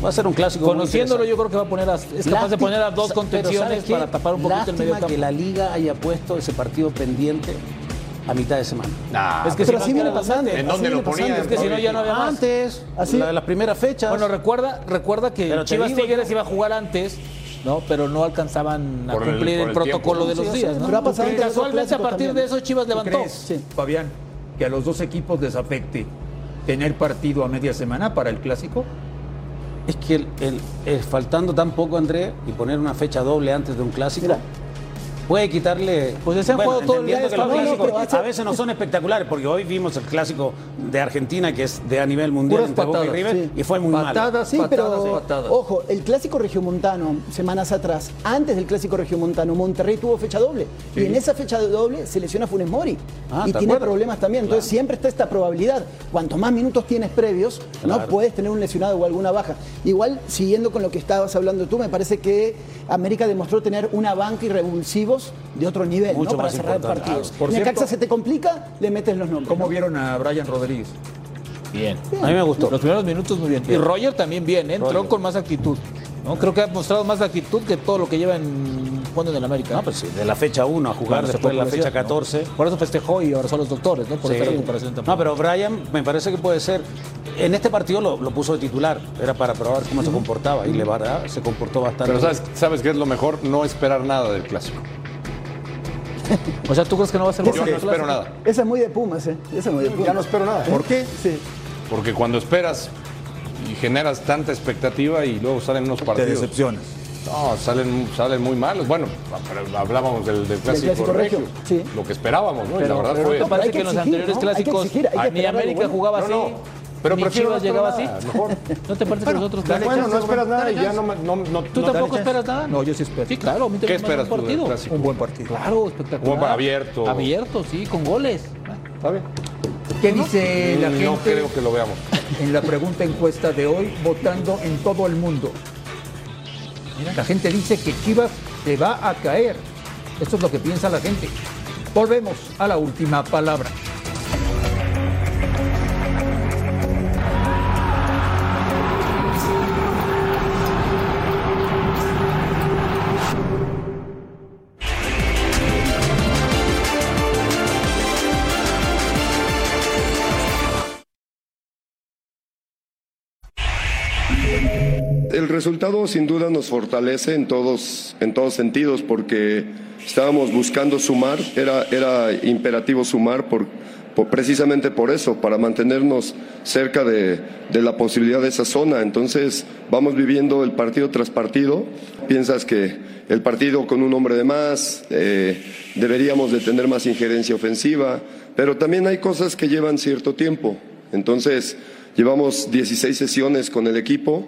Speaker 4: Va a ser un clásico. muy
Speaker 6: Conociéndolo,
Speaker 4: interesante.
Speaker 6: yo creo que va a poner a, es capaz de
Speaker 4: Lástima-
Speaker 6: poner a dos
Speaker 4: sa- pero
Speaker 6: contenciones
Speaker 4: ¿sabes qué?
Speaker 6: para tapar un poquito el medio
Speaker 4: Lástima
Speaker 6: campo.
Speaker 4: que la liga haya puesto ese partido pendiente a mitad de semana.
Speaker 7: Nah,
Speaker 6: Es que
Speaker 5: Ah, Pero
Speaker 6: si
Speaker 5: así
Speaker 6: no,
Speaker 5: viene
Speaker 6: era-
Speaker 5: pasando.
Speaker 7: ¿En
Speaker 5: así
Speaker 7: dónde
Speaker 5: viene
Speaker 7: lo ponían?
Speaker 5: pasando.
Speaker 6: Es que si no, ya no había más.
Speaker 4: Antes,
Speaker 5: Así-
Speaker 4: la de las primeras fechas.
Speaker 6: Bueno, recuerda, recuerda que
Speaker 4: Pero te
Speaker 6: Chivas
Speaker 4: digo,
Speaker 6: Tigres iba a jugar antes, ¿no? Pero no alcanzaban a
Speaker 7: Por el-
Speaker 6: cumplir el,
Speaker 7: por el
Speaker 6: protocolo
Speaker 7: tiempo, ¿no?
Speaker 6: de los
Speaker 5: Sí,
Speaker 6: días,
Speaker 5: sí,
Speaker 6: ¿no?
Speaker 5: pero ha pasado entre esos
Speaker 6: Casualmente a
Speaker 5: clásicos
Speaker 6: partir de
Speaker 5: pues, también.
Speaker 6: eso Chivas
Speaker 3: ¿Tú
Speaker 6: levantó.
Speaker 3: crees, Fabián, que a los dos equipos les afecte tener partido a media semana para el clásico?
Speaker 4: es que el, el- el- faltando tan poco, André, y poner una fecha doble antes de un clásico.
Speaker 5: Mira.
Speaker 4: Puede quitarle.
Speaker 6: Pues ese
Speaker 4: bueno,
Speaker 6: juego todo el
Speaker 4: entendiendo
Speaker 6: día
Speaker 4: que los
Speaker 6: está
Speaker 4: clásicos
Speaker 5: bueno, pero-
Speaker 4: a veces no son espectaculares, porque hoy vimos el clásico de Argentina, que es de a nivel mundial,
Speaker 3: Puras
Speaker 4: entre Boca
Speaker 3: patadas,
Speaker 4: y River,
Speaker 3: sí.
Speaker 4: y fue muy malo.
Speaker 3: Patadas,
Speaker 5: Sí,
Speaker 3: patadas,
Speaker 5: pero
Speaker 3: patadas.
Speaker 5: ojo, el clásico regiomontano, semanas atrás, antes del clásico regiomontano, Monterrey tuvo fecha doble. Y en esa fecha doble se lesiona Funes Mori.
Speaker 4: Ah,
Speaker 5: y
Speaker 4: ¿te
Speaker 5: tiene
Speaker 4: acuerdas?
Speaker 5: problemas también. Entonces siempre está esta probabilidad. Cuanto más minutos tienes previos, no
Speaker 4: Claro.
Speaker 5: puedes tener un lesionado o alguna baja. Igual, siguiendo con lo que estabas hablando tú, me parece que América demostró tener una banca y revulsivos de otro nivel,
Speaker 4: Mucho
Speaker 5: ¿no? Para
Speaker 4: más
Speaker 5: cerrar
Speaker 4: importante, Ah,
Speaker 5: partidos.
Speaker 4: claro.
Speaker 3: Por cierto-
Speaker 5: Necaxa se te complica, le metes los nombres.
Speaker 3: ¿Cómo
Speaker 5: ¿no?
Speaker 3: vieron a Brian Rodríguez?
Speaker 6: Bien.
Speaker 4: A mí me gustó.
Speaker 6: Los primeros minutos muy bien. Y Roger también bien, ¿eh? entró
Speaker 4: Roger.
Speaker 6: con más actitud. ¿no? Creo que ha mostrado más actitud que todo lo que lleva en cuando en el América.
Speaker 4: No, pues sí, de la fecha 1 a jugar
Speaker 6: Cuando se
Speaker 4: después de
Speaker 6: fue
Speaker 4: la
Speaker 6: por
Speaker 4: fecha
Speaker 6: lesión, ¿no?
Speaker 4: 14.
Speaker 6: Por eso festejó y abrazó a los doctores, ¿no? Por
Speaker 4: Sí.
Speaker 6: esta recuperación tan
Speaker 4: No, pero Brian me parece que puede ser. En este partido lo, lo puso de titular, era para probar cómo se comportaba y le verdad, se comportó bastante.
Speaker 7: Pero
Speaker 4: bien.
Speaker 7: ¿sabes, ¿sabes qué es lo mejor? No esperar nada del clásico.
Speaker 6: O sea, ¿tú crees que no va a ser
Speaker 7: Yo no
Speaker 6: bueno?
Speaker 7: espero nada.
Speaker 5: Esa es muy de Pumas, ¿eh? Esa es muy de Pumas.
Speaker 8: Ya no espero nada.
Speaker 7: ¿Por qué?
Speaker 5: Sí.
Speaker 7: Porque cuando esperas y generas tanta expectativa y luego salen unos
Speaker 8: Te
Speaker 7: partidos.
Speaker 8: decepcionas.
Speaker 7: No, salen, salen muy malos. Bueno, pero hablábamos del, del clásico,
Speaker 5: Clásico
Speaker 7: regio.
Speaker 5: Regio, sí.
Speaker 7: Lo que esperábamos, ¿no? Y la verdad
Speaker 5: pero
Speaker 7: fue.
Speaker 5: no,
Speaker 6: Parece
Speaker 5: hay
Speaker 6: que,
Speaker 5: que
Speaker 6: en los
Speaker 5: exigir,
Speaker 6: anteriores
Speaker 5: ¿no? Hay que
Speaker 6: clásicos
Speaker 5: exigir, hay que
Speaker 6: ni
Speaker 5: esperar algo
Speaker 6: América
Speaker 5: bueno.
Speaker 6: jugaba
Speaker 7: No,
Speaker 6: así,
Speaker 7: no, pero
Speaker 6: ni
Speaker 7: prefiero no
Speaker 6: Chivas
Speaker 7: esperar
Speaker 6: llegaba
Speaker 7: nada,
Speaker 6: así.
Speaker 7: mejor.
Speaker 6: <laughs> ¿No te parece que los otros clásicos?
Speaker 7: Bueno, no esperas nada
Speaker 6: Dale
Speaker 7: y ya
Speaker 6: chance.
Speaker 7: no, me- no, no-
Speaker 6: ¿Tú
Speaker 7: no-
Speaker 6: tampoco
Speaker 7: dale
Speaker 6: esperas nada?
Speaker 3: No, yo sí espero.
Speaker 6: Sí, claro, a mí
Speaker 7: ¿Qué
Speaker 6: también me
Speaker 7: esperas
Speaker 6: gusta
Speaker 7: tú
Speaker 6: un
Speaker 7: del
Speaker 6: partido.
Speaker 7: clásico?
Speaker 3: Un buen partido.
Speaker 6: Claro, espectacular.
Speaker 7: Bueno, abierto.
Speaker 6: Abierto, sí, con goles.
Speaker 7: ¿Está bien?
Speaker 3: ¿Qué dice la
Speaker 7: No
Speaker 3: gente
Speaker 7: creo que lo veamos.
Speaker 3: en la pregunta encuesta de hoy, votando en todo el mundo? La gente dice que Chivas se va a caer. Eso es lo que piensa la gente. Volvemos a la última palabra.
Speaker 9: El resultado sin duda nos fortalece en todos, en todos sentidos porque estábamos buscando sumar, era, era imperativo sumar por, por- precisamente por eso, para mantenernos cerca de, de la posibilidad de esa zona. Entonces vamos viviendo el partido tras partido, piensas que el partido con un hombre de más, eh, deberíamos de tener más injerencia ofensiva, pero también hay cosas que llevan cierto tiempo. Entonces llevamos 16 sesiones con el equipo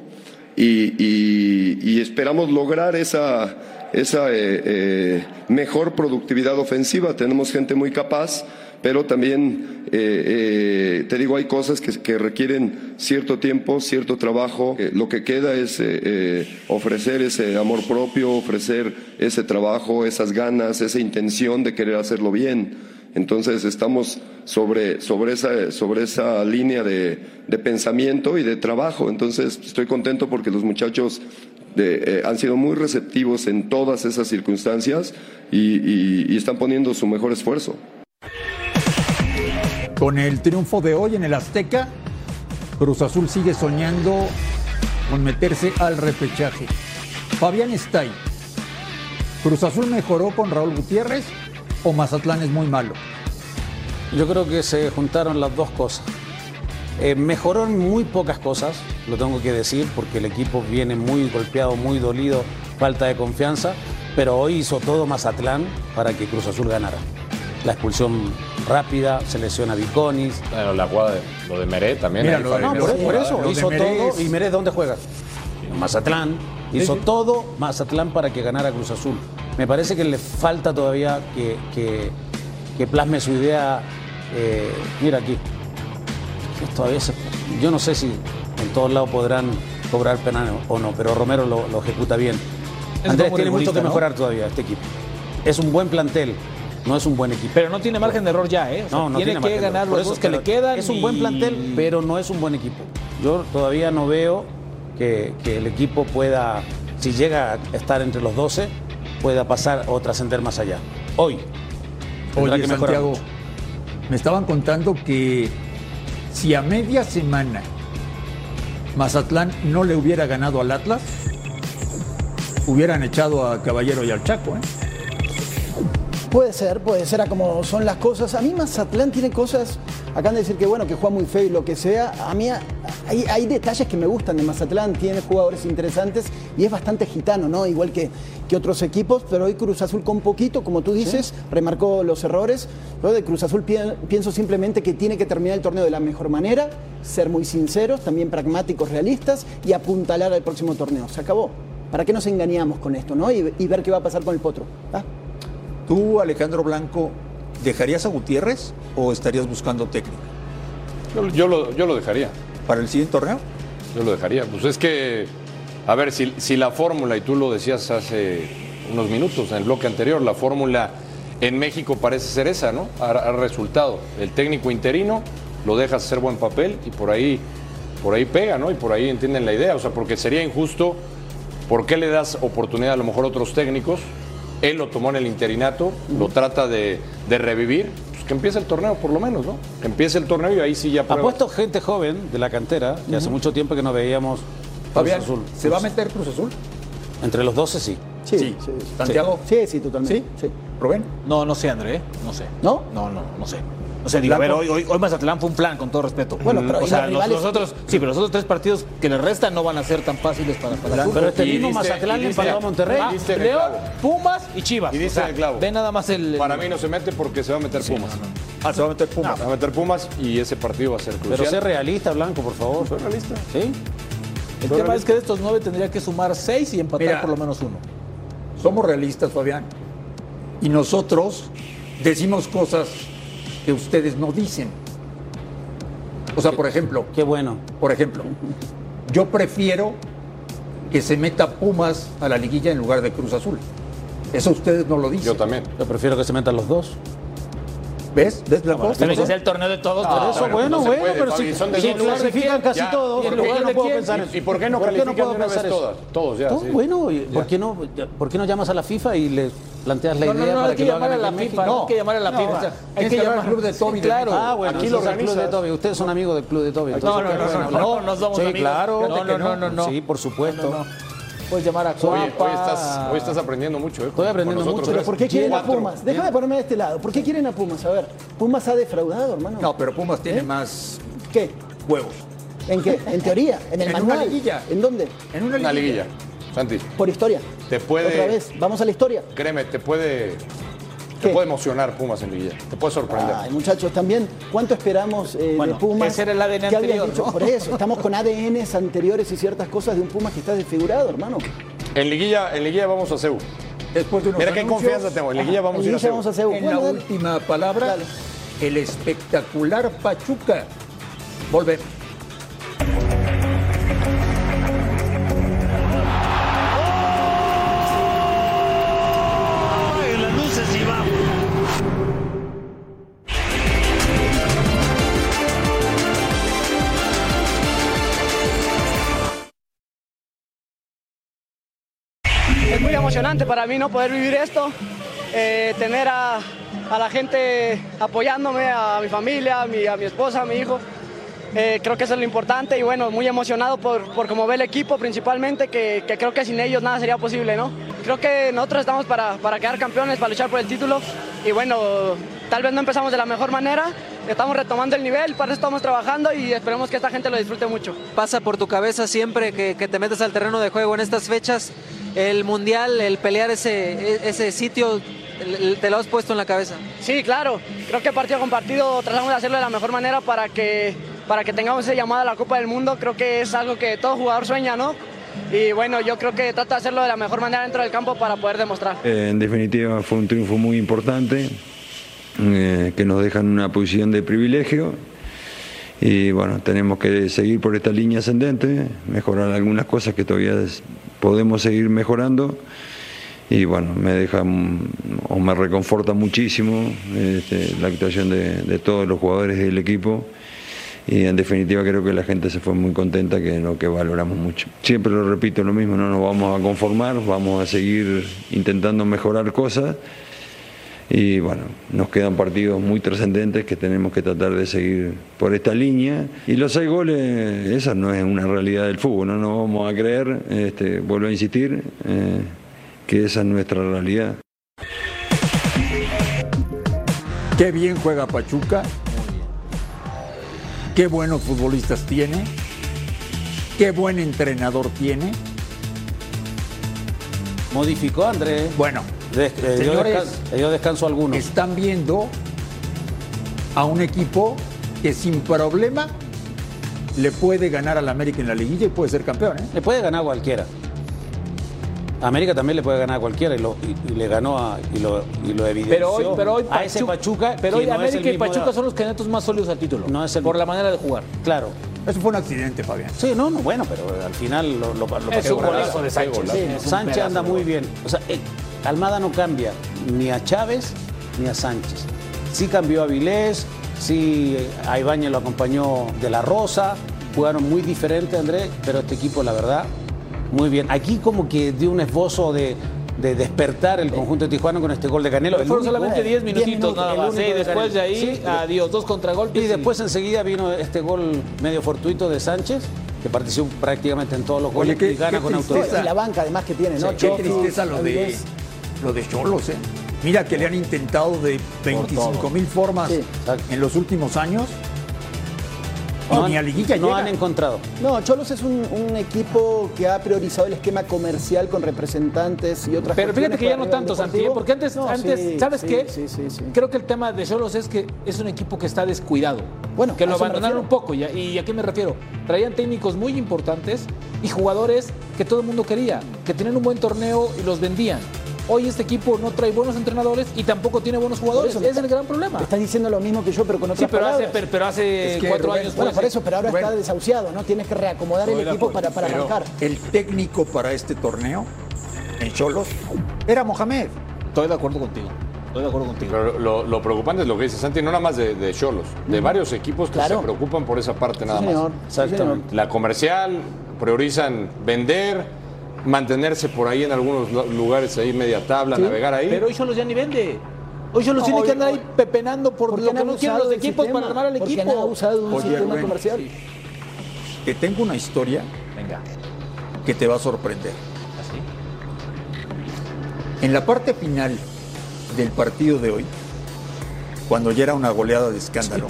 Speaker 9: y, y- y esperamos lograr esa, esa eh, eh, mejor productividad ofensiva. Tenemos gente muy capaz, pero también, eh, eh, te digo, hay cosas que, que requieren cierto tiempo, cierto trabajo. Eh, lo que queda es eh, eh, ofrecer ese amor propio, ofrecer ese trabajo, esas ganas, esa intención de querer hacerlo bien. Entonces estamos sobre, sobre, esa, sobre esa línea de, de pensamiento y de trabajo. Entonces estoy contento porque los muchachos de- eh, han sido muy receptivos en todas esas circunstancias y- y- y están poniendo su mejor esfuerzo.
Speaker 3: Con el triunfo de hoy en el Azteca, Cruz Azul sigue soñando con meterse al repechaje. Fabián Estay, ¿Cruz Azul mejoró con Raúl Gutiérrez o Mazatlán es muy malo?
Speaker 4: Yo creo que se juntaron las dos cosas. Eh, mejoró en muy pocas cosas, lo tengo que decir, porque el equipo viene muy golpeado, muy dolido, falta de confianza, pero hoy hizo todo Mazatlán para que Cruz Azul ganara. La expulsión rápida, se lesiona Viconis.
Speaker 7: Bueno, la jugada de, lo de Meré también.
Speaker 3: Mira,
Speaker 7: ahí
Speaker 3: lo
Speaker 7: fue
Speaker 3: de-
Speaker 4: No,
Speaker 7: bien.
Speaker 4: por, por eso,
Speaker 3: Lo de
Speaker 4: hizo
Speaker 3: Merez.
Speaker 4: todo. ¿Y Merez dónde juega? En Mazatlán. Hizo todo Mazatlán para que ganara Cruz Azul. Me parece que le falta todavía que, que- que plasme su idea. eh, mira aquí. Esto a veces, yo no sé si en todos lados podrán cobrar penal o no, pero Romero lo, lo ejecuta bien.
Speaker 6: Es
Speaker 4: Andrés
Speaker 6: como
Speaker 4: tiene mucho
Speaker 6: rigorista,
Speaker 4: que
Speaker 6: ¿no?
Speaker 4: mejorar todavía este equipo. Es un buen plantel, no es un buen equipo.
Speaker 6: Pero no tiene margen de error ya, ¿eh? O sea,
Speaker 4: No, no
Speaker 6: tiene,
Speaker 4: margen
Speaker 6: que
Speaker 4: de
Speaker 6: ganar
Speaker 4: error. Por
Speaker 6: los
Speaker 4: eso,
Speaker 6: dos que
Speaker 4: pero
Speaker 6: le quedan.
Speaker 4: Es un
Speaker 6: y-
Speaker 4: buen plantel, pero no es un buen equipo. Yo todavía no veo que, que el equipo pueda, si llega a estar entre los 12, pueda pasar o trascender más allá. Hoy. tendrá
Speaker 3: Oye,
Speaker 4: que mejorar
Speaker 3: Santiago,
Speaker 4: mucho.
Speaker 3: me estaban contando que si a media semana Mazatlán no le hubiera ganado al Atlas, hubieran echado a Caballero y al Chaco. ¿eh?
Speaker 5: Puede ser, puede ser a como son las cosas. A mí Mazatlán tiene cosas, acaban de decir que bueno, que juega muy feo y lo que sea. A mí a- hay, hay detalles que me gustan de Mazatlán, tiene jugadores interesantes y es bastante gitano, ¿no? Igual que, que otros equipos, pero hoy Cruz Azul con poquito, como tú dices, remarcó los errores. Yo de Cruz Azul pien- pienso simplemente que tiene que terminar el torneo de la mejor manera, ser muy sinceros, también pragmáticos, realistas y apuntalar al próximo torneo. Se acabó. ¿Para qué nos engañamos con esto, no? Y, y ver qué va a pasar con el potro. ¿ah?
Speaker 8: ¿Tú, Alejandro Blanco, dejarías a Gutiérrez o estarías buscando técnica
Speaker 7: Yo, yo lo, yo lo dejaría.
Speaker 8: para el siguiente torneo?
Speaker 7: Yo lo dejaría. Pues es que, a ver, si, si la fórmula, y tú lo decías hace unos minutos en el bloque anterior, la fórmula en México parece ser esa, ¿no? Ha, ha resultado. El técnico interino lo dejas hacer buen papel y por ahí, por ahí pega, ¿no? Y por ahí entienden la idea. O sea, porque sería injusto ¿Por qué le das oportunidad a lo mejor a otros técnicos? Él lo tomó en el interinato, lo trata de, de revivir. Pues que empiece el torneo, por lo menos, ¿no? Que empiece el torneo y ahí sí ya prueba.
Speaker 4: Apuesto gente joven de la cantera, que hace mucho tiempo que no veíamos Cruz
Speaker 8: Fabián,
Speaker 4: Azul. Pues,
Speaker 8: ¿se va a meter Cruz Azul?
Speaker 4: Entre los 12 sí.
Speaker 5: Sí,
Speaker 8: Sí.
Speaker 5: sí.
Speaker 8: ¿Santiago?
Speaker 5: Sí, sí, totalmente.
Speaker 8: ¿Sí?
Speaker 5: Sí.
Speaker 8: ¿Rubén?
Speaker 6: No, no sé, André, ¿eh? no sé.
Speaker 5: ¿No?
Speaker 6: No, no, no sé. O sea, digo, a ver,
Speaker 8: Blanco.
Speaker 6: hoy, hoy, hoy Mazatlán fue un plan, con todo respeto.
Speaker 5: Bueno, pero
Speaker 6: o
Speaker 5: ¿y
Speaker 6: sea, los,
Speaker 5: los rivales?
Speaker 6: los otros, sí, pero los otros tres partidos que le restan no van a ser tan fáciles para, para Azul.
Speaker 4: Pero este
Speaker 7: Y
Speaker 4: mismo
Speaker 7: diste-
Speaker 4: Mazatlán
Speaker 7: y diste-
Speaker 4: le empató a Monterrey.
Speaker 7: y
Speaker 6: Ah,
Speaker 7: diste en el
Speaker 6: León,
Speaker 7: clavo.
Speaker 6: Pumas y Chivas.
Speaker 7: Y diste en el clavo.
Speaker 6: Ve nada más el.
Speaker 7: Para mí no se mete porque se va a meter Pumas.
Speaker 8: Ah, se va a meter Pumas.
Speaker 7: Se va a meter Pumas y ese partido va a ser crucial.
Speaker 4: Pero sé realista, Blanco, por favor. realista? Sí.
Speaker 6: El tema es que de estos nueve tendría que sumar seis y empatar
Speaker 8: Mira.
Speaker 6: por lo menos uno.
Speaker 8: Somos realistas, Fabián. Y nosotros decimos cosas que ustedes no dicen. O sea, por ejemplo,
Speaker 4: Qué bueno.
Speaker 8: por ejemplo, yo prefiero que se meta Pumas a la liguilla en lugar de Cruz Azul. Eso ustedes no lo dicen.
Speaker 7: Yo también.
Speaker 4: Yo prefiero que se metan los dos.
Speaker 8: ¿Ves? ¿Ves la
Speaker 4: Pues
Speaker 8: cosa?
Speaker 6: Pero si es el torneo de todos,
Speaker 7: Ah,
Speaker 6: por
Speaker 4: Eso,
Speaker 6: eso.
Speaker 7: bueno,
Speaker 4: bueno,
Speaker 7: no se
Speaker 4: bueno,
Speaker 7: puede,
Speaker 4: pero
Speaker 7: Fabi,
Speaker 4: si,
Speaker 7: son de
Speaker 4: si
Speaker 7: dos. ¿En lugar de
Speaker 4: clasifican
Speaker 7: quién?
Speaker 4: casi
Speaker 7: Ya.
Speaker 4: todos,
Speaker 7: ¿Y en
Speaker 4: ¿por qué
Speaker 7: lugar
Speaker 4: no
Speaker 7: de
Speaker 4: puedo
Speaker 7: quién?
Speaker 4: pensar en
Speaker 7: ¿Y- y por qué no
Speaker 4: puedo
Speaker 7: califican de una
Speaker 4: pensar
Speaker 7: vez
Speaker 4: eso?
Speaker 7: todas? Todos ya,
Speaker 4: Todo,
Speaker 7: sí.
Speaker 4: Bueno, ¿y ¿por qué, no, ¿por qué no llamas a la FIFA y le planteas la
Speaker 6: No, no,
Speaker 4: idea
Speaker 6: no,
Speaker 4: para
Speaker 6: hay que
Speaker 4: lo
Speaker 6: llamar a
Speaker 4: hagan
Speaker 6: la
Speaker 4: aquí en
Speaker 6: FIFA.
Speaker 4: México?
Speaker 6: No, hay que llamar a la
Speaker 8: o
Speaker 6: FIFA.
Speaker 8: sea,
Speaker 6: Hay
Speaker 8: tienes
Speaker 6: que
Speaker 8: que hablar
Speaker 6: llamar
Speaker 8: al club de Toby
Speaker 6: Sí,
Speaker 8: de
Speaker 6: claro.
Speaker 4: Ah, bueno,
Speaker 7: Aquí
Speaker 4: aquí
Speaker 7: lo
Speaker 4: lo el club de
Speaker 7: organizas.
Speaker 4: Toby. Ustedes son amigos del club de Toby.
Speaker 6: No,
Speaker 4: entonces,
Speaker 6: no,
Speaker 4: ¿qué
Speaker 6: no,
Speaker 4: pueden
Speaker 6: no,
Speaker 4: hablar?
Speaker 6: no, no somos
Speaker 4: Sí,
Speaker 6: amigos.
Speaker 4: claro.
Speaker 6: No, no, no, no, no.
Speaker 4: Sí, por
Speaker 6: No,
Speaker 4: supuesto.
Speaker 6: no.
Speaker 4: Pues
Speaker 6: Puedes llamar a Cuapa.
Speaker 7: Oye, hoy estás, hoy estás aprendiendo mucho, ¿eh?
Speaker 4: Estoy aprendiendo
Speaker 7: Con nosotros ¿eh?
Speaker 4: mucho.
Speaker 5: Pero
Speaker 7: tres.
Speaker 5: ¿por qué quieren
Speaker 7: Cuatro.
Speaker 5: a Pumas? Déjame ponerme de este lado. ¿Por qué quieren a Pumas? A ver, Pumas ha defraudado, hermano.
Speaker 8: No, pero Pumas
Speaker 4: ¿Eh?
Speaker 8: tiene más
Speaker 5: ¿Qué?
Speaker 8: huevos.
Speaker 5: ¿En qué? ¿En teoría? ¿En el
Speaker 8: En una
Speaker 5: manual?
Speaker 8: liguilla.
Speaker 5: ¿En dónde?
Speaker 8: En
Speaker 7: Una liguilla. Santi,
Speaker 5: Por historia.
Speaker 7: Te puede-
Speaker 5: Otra vez, vamos a la historia.
Speaker 7: créeme, te puede, te
Speaker 5: ¿Qué?
Speaker 7: puede emocionar Pumas en liguilla. Te puede sorprender.
Speaker 5: Ay, muchachos, también, ¿cuánto esperamos eh,
Speaker 6: Bueno,
Speaker 5: de Pumas?
Speaker 6: ese era el ADN
Speaker 5: ¿Qué habían
Speaker 6: anterior,
Speaker 5: dicho?
Speaker 6: ¿no?
Speaker 5: Por eso, estamos con ADNs anteriores y ciertas cosas de un Pumas que está desfigurado, hermano.
Speaker 7: En liguilla, en liguilla vamos a CEU.
Speaker 8: Después de unos
Speaker 7: Mira qué
Speaker 8: anuncios,
Speaker 7: confianza tengo. En liguilla vamos a ir a
Speaker 5: Liguilla
Speaker 7: CEU.
Speaker 5: vamos a hacer
Speaker 8: En
Speaker 5: bueno,
Speaker 8: la
Speaker 5: dale.
Speaker 8: última palabra,
Speaker 5: Dale.
Speaker 8: el espectacular Pachuca. Volver.
Speaker 10: Es muy emocionante para mí no poder vivir esto, eh, tener a, a la gente apoyándome, a mi familia, a mi, a mi esposa, a mi hijo. Eh, creo que eso es lo importante y bueno, muy emocionado por, por cómo ve el equipo principalmente, que, que creo que sin ellos nada sería posible, ¿no? Creo que nosotros estamos para, para quedar campeones, para luchar por el título y bueno, tal vez no empezamos de la mejor manera, estamos retomando el nivel, para eso estamos trabajando y esperemos que esta gente lo disfrute mucho.
Speaker 11: pasa por tu cabeza siempre que, que te metes al terreno de juego en estas fechas? El mundial, el pelear ese, e- ese sitio, el- el- te lo has puesto en la cabeza.
Speaker 10: Sí, claro. Creo que partido con partido tratamos de hacerlo de la mejor manera para que, para que tengamos ese llamado a la Copa del Mundo. Creo que es algo que todo jugador sueña, ¿no? Y bueno, yo creo que trato de hacerlo de la mejor manera dentro del campo para poder demostrar.
Speaker 12: Eh, En definitiva, fue un triunfo muy importante eh, que nos deja en una posición de privilegio. Y bueno, tenemos que seguir por esta línea ascendente, mejorar algunas cosas que todavía es- podemos seguir mejorando. Y bueno, me deja mm, o me reconforta muchísimo este, la actuación de, de todos los jugadores del equipo. Y en definitiva creo que la gente se fue muy contenta, que es lo que valoramos mucho. Siempre lo repito lo mismo, no nos vamos a conformar, vamos a seguir intentando mejorar cosas. Y bueno, nos quedan partidos muy trascendentes que tenemos que tratar de seguir por esta línea. Y los seis goles, esa no es una realidad del fútbol, no nos vamos a creer, este, vuelvo a insistir, eh, que esa es nuestra realidad.
Speaker 8: Qué bien juega Pachuca. Qué buenos futbolistas tiene. Qué buen entrenador tiene.
Speaker 4: Modificó Andrés.
Speaker 8: Bueno,
Speaker 4: dio,
Speaker 8: Señores.
Speaker 4: descanso, dio descanso a algunos.
Speaker 8: están viendo a un equipo que sin problema le puede ganar al América en la liguilla y puede ser campeón. ¿eh?
Speaker 4: Le puede ganar a cualquiera. A América también le puede ganar a cualquiera y, lo, y- y le ganó a, y, lo, y lo evidenció
Speaker 6: Pero hoy, pero hoy
Speaker 4: a ese Pachuca.
Speaker 6: pero hoy
Speaker 4: que no es el
Speaker 6: América y
Speaker 4: mismo de-
Speaker 6: Pachuca son los candidatos más sólidos al título.
Speaker 4: No es el-
Speaker 6: por la manera de jugar.
Speaker 4: Claro.
Speaker 8: Eso fue un accidente, Fabián.
Speaker 4: Sí, no, no, bueno, pero eh, al final lo, lo, lo
Speaker 6: Es
Speaker 4: pasó
Speaker 6: un
Speaker 4: por
Speaker 6: golazo
Speaker 4: arriba.
Speaker 6: de Sánchez.
Speaker 4: Sí,
Speaker 6: Sí, es un
Speaker 4: Sánchez
Speaker 6: pedazo
Speaker 4: anda
Speaker 6: de
Speaker 4: muy
Speaker 6: gol.
Speaker 4: bien. O sea, eh, Almada no cambia ni a Chávez ni a Sánchez. Sí cambió a Vilés, sí eh, a Ibañez lo acompañó de la Rosa. Jugaron muy diferente, Andrés, pero este equipo, la verdad, Muy bien. Aquí como que dio un esbozo de, de despertar el conjunto de Tijuana con este gol de Canelo. El
Speaker 6: Fueron
Speaker 4: único- eh,
Speaker 6: solamente 10
Speaker 4: Diez
Speaker 6: minutitos nada
Speaker 4: el
Speaker 6: más,
Speaker 4: único
Speaker 6: ¿eh? Y después de ahí,
Speaker 4: Canelo. Sí.
Speaker 6: adiós, dos contragolpes
Speaker 4: Y
Speaker 6: y-
Speaker 4: después enseguida vino este gol medio fortuito de Sánchez, que participó prácticamente en todos los goles
Speaker 3: qué-
Speaker 4: y gana
Speaker 3: qué
Speaker 4: con
Speaker 5: Y la
Speaker 4: autoridad.
Speaker 5: banca además que tiene, ¿no?
Speaker 3: Sí, qué
Speaker 5: Choco,
Speaker 3: tristeza lo de
Speaker 5: Alves.
Speaker 3: lo de Cholos, ¿eh? Mira que le han intentado de 25 mil formas
Speaker 5: Sí.
Speaker 3: en los últimos años. Y
Speaker 4: No
Speaker 3: ni a
Speaker 4: han,
Speaker 3: liguilla
Speaker 4: no
Speaker 3: llega.
Speaker 4: han encontrado.
Speaker 5: No, Cholos es un, un equipo que ha priorizado el esquema comercial con representantes y otras
Speaker 6: Pero fíjate
Speaker 5: cuestiones
Speaker 6: que ya
Speaker 5: por
Speaker 6: no
Speaker 5: arriba
Speaker 6: tanto,
Speaker 5: del
Speaker 6: Santi, ¿eh?
Speaker 5: deportivo.
Speaker 6: porque antes,
Speaker 5: No,
Speaker 6: antes
Speaker 5: sí,
Speaker 6: ¿sabes
Speaker 5: sí,
Speaker 6: qué?
Speaker 5: Sí, sí, sí.
Speaker 6: Creo que el tema de Cholos es que es un equipo que está descuidado.
Speaker 5: Bueno,
Speaker 6: que
Speaker 5: a
Speaker 6: lo
Speaker 5: eso me
Speaker 6: abandonaron un
Speaker 5: refiero.
Speaker 6: poco. ¿Y a, y a qué me refiero? Traían técnicos muy importantes y jugadores que todo el mundo quería, que tenían un buen torneo y los vendían. Hoy este equipo no trae buenos entrenadores y tampoco tiene buenos jugadores.
Speaker 5: Por eso
Speaker 6: es
Speaker 5: me
Speaker 6: el gran problema.
Speaker 5: Estás diciendo lo mismo que yo, pero con otras
Speaker 6: Sí, pero hace,
Speaker 5: palabras.
Speaker 6: pero, pero hace
Speaker 3: Es que,
Speaker 6: cuatro
Speaker 3: Rubén,
Speaker 6: años.
Speaker 5: Bueno,
Speaker 6: pues,
Speaker 5: por
Speaker 6: sí.
Speaker 5: eso, pero ahora
Speaker 3: Bueno.
Speaker 5: está desahuciado, ¿no? Tienes que reacomodar el
Speaker 8: Estoy de
Speaker 5: equipo
Speaker 8: acuerdo,
Speaker 5: para, para
Speaker 8: pero-
Speaker 5: arrancar.
Speaker 3: El técnico para este torneo en Cholos era Mohamed.
Speaker 6: Estoy de acuerdo contigo. Estoy de acuerdo contigo.
Speaker 7: Pero lo, lo preocupante es lo que dice Santi, no nada más de, de Cholos, de varios equipos que
Speaker 5: Claro.
Speaker 7: se preocupan por esa parte nada
Speaker 5: Sí,
Speaker 7: más.
Speaker 5: señor. Sí,
Speaker 4: Exactamente.
Speaker 7: La comercial, priorizan vender, mantenerse por ahí en algunos lu- lugares, ahí media tabla, navegar ahí.
Speaker 6: Pero hoy Cholos ya ni vende. Hoy Cholos
Speaker 5: No,
Speaker 6: tiene
Speaker 5: hoy-
Speaker 6: que andar ahí
Speaker 5: hoy-
Speaker 6: pepenando por
Speaker 5: Porque
Speaker 6: lo
Speaker 5: han
Speaker 6: que no quieren
Speaker 5: abusado
Speaker 6: los
Speaker 5: del
Speaker 6: equipos
Speaker 5: sistema,
Speaker 6: para armar al
Speaker 5: porque
Speaker 6: equipo.
Speaker 5: han abusado de un
Speaker 3: Oye,
Speaker 5: sistema
Speaker 3: Rubén,
Speaker 5: comercial.
Speaker 3: Te tengo una historia
Speaker 6: Venga.
Speaker 3: que te va a sorprender.
Speaker 6: ¿Ah,
Speaker 3: En la parte final del partido de hoy, cuando ya era una goleada de escándalo,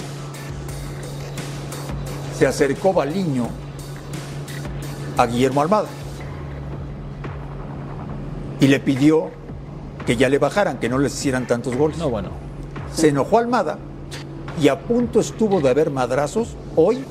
Speaker 3: se acercó Baliño a Guillermo Almada y le pidió que ya le bajaran, que no les hicieran tantos goles.
Speaker 6: No, bueno.
Speaker 3: Se enojó Almada y a punto estuvo de haber madrazos hoy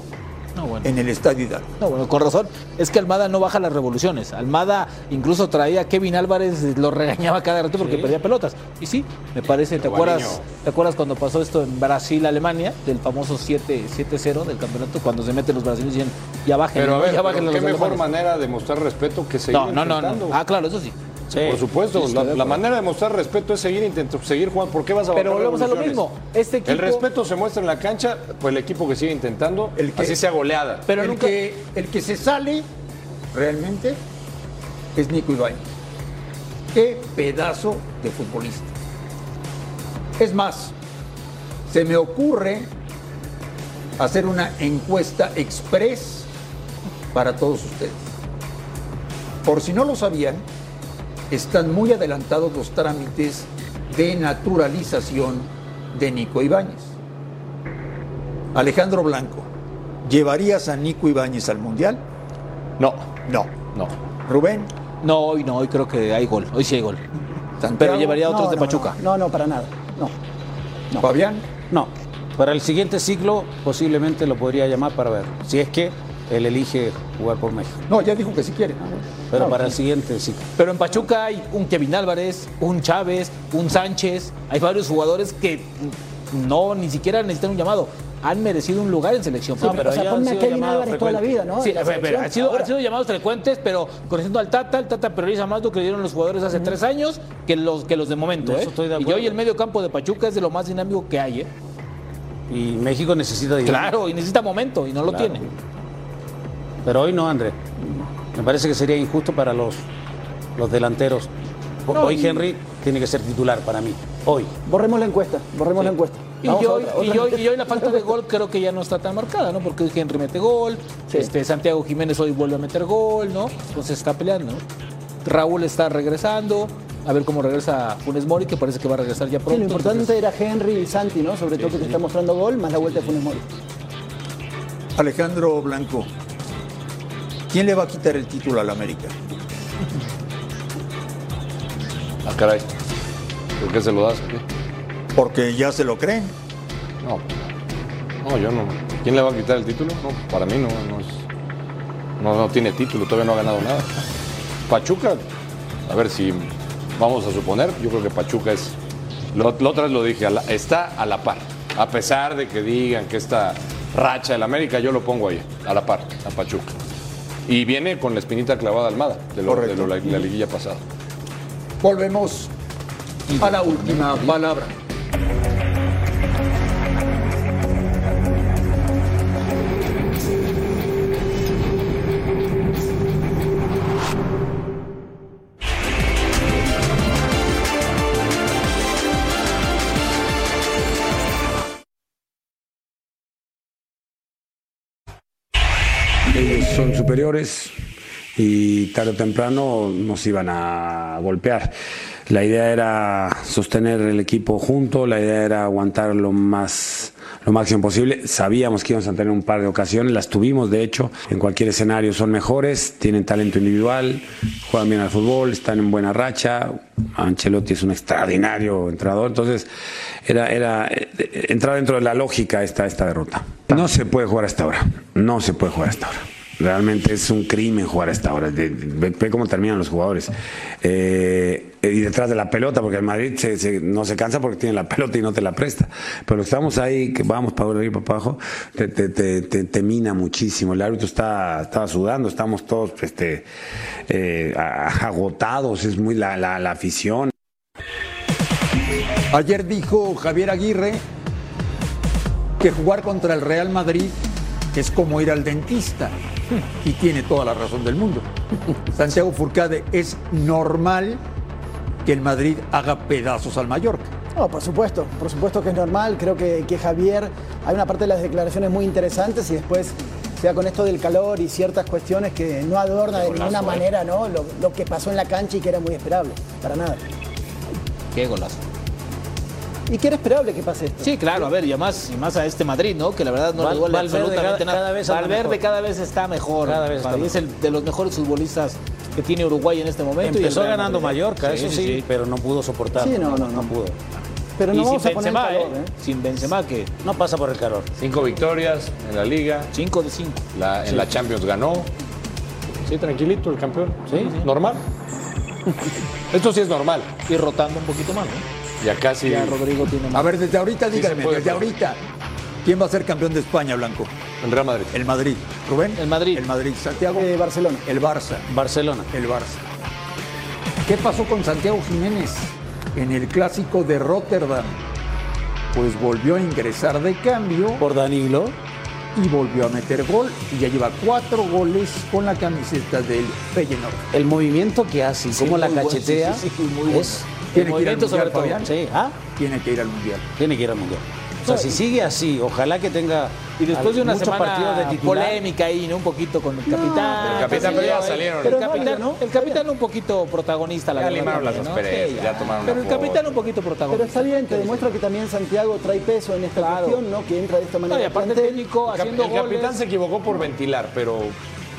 Speaker 6: No, bueno.
Speaker 3: en el Estadio Hidalgo.
Speaker 6: No, bueno, con razón. Es que Almada no baja las revoluciones. Almada incluso traía a Kevin Álvarez, lo regañaba cada rato porque perdía pelotas. Y sí, me parece, ¿te
Speaker 7: Pero Guadiño.
Speaker 6: acuerdas, ¿te acuerdas cuando pasó esto en Brasil-Alemania? Del famoso 7 7-0 del campeonato, cuando se meten los brasileños y dicen, ya bajen,
Speaker 7: Pero a ver,
Speaker 6: ya
Speaker 7: pero
Speaker 6: bajen
Speaker 7: qué mejor
Speaker 6: alemanes".
Speaker 7: manera de mostrar respeto que seguir
Speaker 6: No, no, no,
Speaker 7: intentando.
Speaker 6: no. Ah, claro, eso sí.
Speaker 7: Por supuesto, la, la manera de mostrar respeto es seguir intentando, seguir jugando. ¿Por qué vas a
Speaker 6: Pero
Speaker 7: bajar
Speaker 6: volvemos a lo
Speaker 7: revoluciones?
Speaker 6: mismo. Este equipo-
Speaker 7: El respeto se muestra en la cancha por el equipo que sigue intentando,
Speaker 3: El que-
Speaker 7: así sea goleada.
Speaker 3: Pero
Speaker 6: El
Speaker 3: el,
Speaker 6: que-
Speaker 3: que, el que se sale realmente es Nico Ibañez. Qué pedazo de futbolista. Es más, se me ocurre hacer una encuesta express para todos ustedes. Por si no lo sabían, están muy adelantados los trámites de naturalización de Nico Ibáñez. Alejandro Blanco, ¿llevarías a Nico Ibáñez al Mundial?
Speaker 6: No,
Speaker 3: No.
Speaker 6: no.
Speaker 3: Rubén,
Speaker 6: No, hoy no, hoy creo que hay gol. Hoy sí hay gol. Pero
Speaker 3: Santiago,
Speaker 6: llevaría a otros
Speaker 5: No,
Speaker 6: de
Speaker 5: no,
Speaker 6: Pachuca.
Speaker 5: No, no, no, para nada. No.
Speaker 3: Fabián,
Speaker 4: No. Para el siguiente ciclo posiblemente lo podría llamar para ver. Si es que él elige jugar por México.
Speaker 3: no, ya dijo que si quiere.
Speaker 4: Pero para el siguiente ciclo.
Speaker 6: Pero en Pachuca hay un Kevin Álvarez, un Chávez, un Sánchez. Hay varios jugadores que no ni siquiera necesitan un llamado. Han merecido un lugar en selección.
Speaker 5: Sí,
Speaker 6: Pero-
Speaker 5: o sea,
Speaker 4: ya han
Speaker 5: ponme a
Speaker 4: sido
Speaker 5: Kevin
Speaker 4: llamados
Speaker 5: Álvarez toda la
Speaker 4: frecuentes.
Speaker 5: vida, ¿no?
Speaker 6: Sí,
Speaker 5: En la
Speaker 6: pero- pero han,
Speaker 5: selección,
Speaker 6: sido,
Speaker 5: ahora.
Speaker 6: han sido llamados frecuentes, pero conociendo al Tata, el Tata prioriza más lo que le dieron los jugadores hace tres años que los, que los de momento.
Speaker 4: En
Speaker 6: ¿eh?
Speaker 4: eso estoy
Speaker 6: y
Speaker 4: de acuerdo.
Speaker 6: hoy el medio campo de Pachuca es de lo más dinámico que hay. ¿eh?
Speaker 4: Y México necesita dinero.
Speaker 6: Claro, y necesita momento y no lo
Speaker 4: Claro.
Speaker 6: tiene.
Speaker 4: Pero hoy no, Andrés. Me parece que sería injusto para los, los delanteros. Ho-
Speaker 6: No,
Speaker 4: hoy
Speaker 6: y-
Speaker 4: Henry tiene que ser titular para mí. Hoy.
Speaker 5: Borremos la encuesta, borremos la encuesta.
Speaker 6: Y
Speaker 5: Vamos a
Speaker 6: yo,
Speaker 5: otra,
Speaker 6: y,
Speaker 5: otra.
Speaker 6: yo, y hoy la falta de gol creo que ya no está tan marcada, ¿no? Porque hoy Henry mete gol,
Speaker 5: Sí.
Speaker 6: este, Santiago Jiménez hoy vuelve a meter gol, ¿no? Entonces está peleando. Raúl está regresando, a ver cómo regresa Funes Mori, que parece que va a regresar ya
Speaker 5: Sí,
Speaker 6: pronto.
Speaker 5: lo importante
Speaker 6: entonces-
Speaker 5: era Henry y Santi, ¿no? Sobre todo que te está mostrando gol, más la vuelta de Funes Mori.
Speaker 3: Alejandro Blanco, ¿quién le va a quitar el título al América?
Speaker 7: Ah, caray. ¿Por qué se lo das? ¿Qué?
Speaker 3: Porque ya se lo creen.
Speaker 7: No. No, yo no. ¿Quién le va a quitar el título? No, pues, para mí no. No, es- no, no tiene título, todavía no ha ganado nada. Pachuca, a ver si vamos a suponer, yo creo que Pachuca es. Lo, lo otra vez lo dije, a la- está a la par. A pesar de que digan que esta racha del América, yo lo pongo ahí, a la par, a Pachuca. Y viene con la espinita clavada Almada, de, lo- de lo- la- la liguilla pasada.
Speaker 3: Volvemos a la última palabra.
Speaker 13: superiores y tarde o temprano nos iban a golpear. La idea era sostener el equipo junto, la idea era aguantar lo más lo máximo posible. Sabíamos que íbamos a tener un par de ocasiones, las tuvimos de hecho. En cualquier escenario son mejores, tienen talento individual, juegan bien al fútbol, están en buena racha. Ancelotti es un extraordinario entrenador, entonces era era eh, eh, entrar dentro de la lógica esta esta derrota. No se puede jugar hasta ahora. No se puede jugar hasta ahora. Realmente es un crimen jugar a esta hora. De- de- Ve, ve cómo terminan los jugadores. Eh, y detrás de la pelota, porque el Madrid se- se- no se cansa porque tiene la <laughs> pelota y no te la presta. Pero estamos ahí, que vamos para arriba para abajo, te, te- te- te- te mina muchísimo. El árbitro está, estaba sudando, estamos todos este, eh, a- agotados, es muy la- la- la afición.
Speaker 3: Ayer dijo Javier Aguirre que jugar contra el Real Madrid es como ir al dentista. Y tiene toda la razón del mundo. Santiago Furcade, es normal que el Madrid haga pedazos al Mallorca.
Speaker 5: No, por supuesto, por supuesto que es normal. Creo que, que Javier, hay una parte de las declaraciones muy interesantes y después sea con esto del calor y ciertas cuestiones que no adorna de ninguna
Speaker 6: golazo, eh.
Speaker 5: manera ¿no? lo, lo que pasó en la cancha y que era muy esperable, para nada.
Speaker 6: Qué golazo.
Speaker 5: Y que era esperable que pase esto.
Speaker 6: Sí, claro, a ver, y más, y más a este Madrid, ¿no? Que la verdad no
Speaker 5: Val-
Speaker 6: le duele
Speaker 5: Valverde
Speaker 6: absolutamente
Speaker 5: cada-
Speaker 6: nada.
Speaker 5: cada vez anda
Speaker 6: Valverde
Speaker 5: mejor.
Speaker 6: cada vez está mejor.
Speaker 5: Cada vez está
Speaker 6: Para mí es el de los mejores futbolistas que tiene Uruguay en este momento.
Speaker 4: Empezó
Speaker 6: y el Real
Speaker 4: ganando
Speaker 6: Madrid.
Speaker 4: Mallorca, eso sí, pero no pudo soportar.
Speaker 6: Sí, no, no,
Speaker 4: pudo.
Speaker 5: Pero
Speaker 6: Y
Speaker 5: no
Speaker 6: sin
Speaker 5: vamos a poner
Speaker 6: Benzema,
Speaker 5: el calor,
Speaker 6: ¿eh? Sin Benzema que
Speaker 4: no pasa por el calor.
Speaker 7: Cinco victorias en la liga.
Speaker 6: Cinco de cinco.
Speaker 7: La,
Speaker 6: Sí.
Speaker 7: En la Champions ganó. Sí, tranquilito el campeón. Sí,
Speaker 6: <laughs>
Speaker 7: normal. Esto sí es normal.
Speaker 6: Y rotando un poquito más, ¿no?
Speaker 7: Y acá sí.
Speaker 6: Ya Rodrigo tiene más.
Speaker 3: A ver, desde ahorita
Speaker 7: Sí
Speaker 3: díganme,
Speaker 7: se puede,
Speaker 3: desde
Speaker 7: pero-
Speaker 3: ahorita, ¿quién va a ser campeón de España, Blanco?
Speaker 7: El Real Madrid.
Speaker 3: El Madrid. Rubén.
Speaker 6: El Madrid.
Speaker 3: El Madrid. Santiago.
Speaker 6: Eh,
Speaker 5: Barcelona.
Speaker 3: El Barça.
Speaker 4: Barcelona.
Speaker 3: El Barça. ¿Qué pasó con Santiago Jiménez en el clásico de Rotterdam? Pues volvió a ingresar de cambio.
Speaker 4: Por Danilo.
Speaker 3: Y volvió a meter gol. Y ya lleva cuatro goles con la camiseta del Feyenoord.
Speaker 4: El movimiento que hace, cómo la
Speaker 6: muy bueno,
Speaker 4: cachetea,
Speaker 6: sí, sí, sí, muy bueno.
Speaker 4: es
Speaker 3: Tiene que ir al
Speaker 6: movimiento
Speaker 3: mundial,
Speaker 6: sobre todo,
Speaker 3: Fabián.
Speaker 4: sí, ¿ah?
Speaker 3: Tiene que ir al mundial.
Speaker 4: tiene que ir al mundial. O sea, si sigue así, ojalá que tenga
Speaker 6: Y después de una
Speaker 4: muchos partidos
Speaker 6: semana
Speaker 4: de titular.
Speaker 6: polémica ahí, ¿no? Un poquito con el capitán.
Speaker 7: El capitán, pero ya salieron.
Speaker 6: El
Speaker 7: Pero
Speaker 6: capitán, el capitán un poquito protagonista, la
Speaker 7: Ya
Speaker 6: verdad,
Speaker 7: limaron las
Speaker 6: ¿no?
Speaker 7: asperezas,
Speaker 6: Sí,
Speaker 7: ya tomaron
Speaker 6: Pero
Speaker 7: la
Speaker 6: el
Speaker 7: foto.
Speaker 6: capitán un poquito
Speaker 5: Pero
Speaker 6: protagonista.
Speaker 5: está bien, te demuestra que también Santiago trae peso en esta cuestión, ¿no? Que entra de esta manera.
Speaker 6: No, y aparte
Speaker 5: al plantel.
Speaker 6: el técnico
Speaker 7: El cap-
Speaker 6: haciendo
Speaker 7: el
Speaker 6: goles.
Speaker 7: capitán se equivocó por ventilar, pero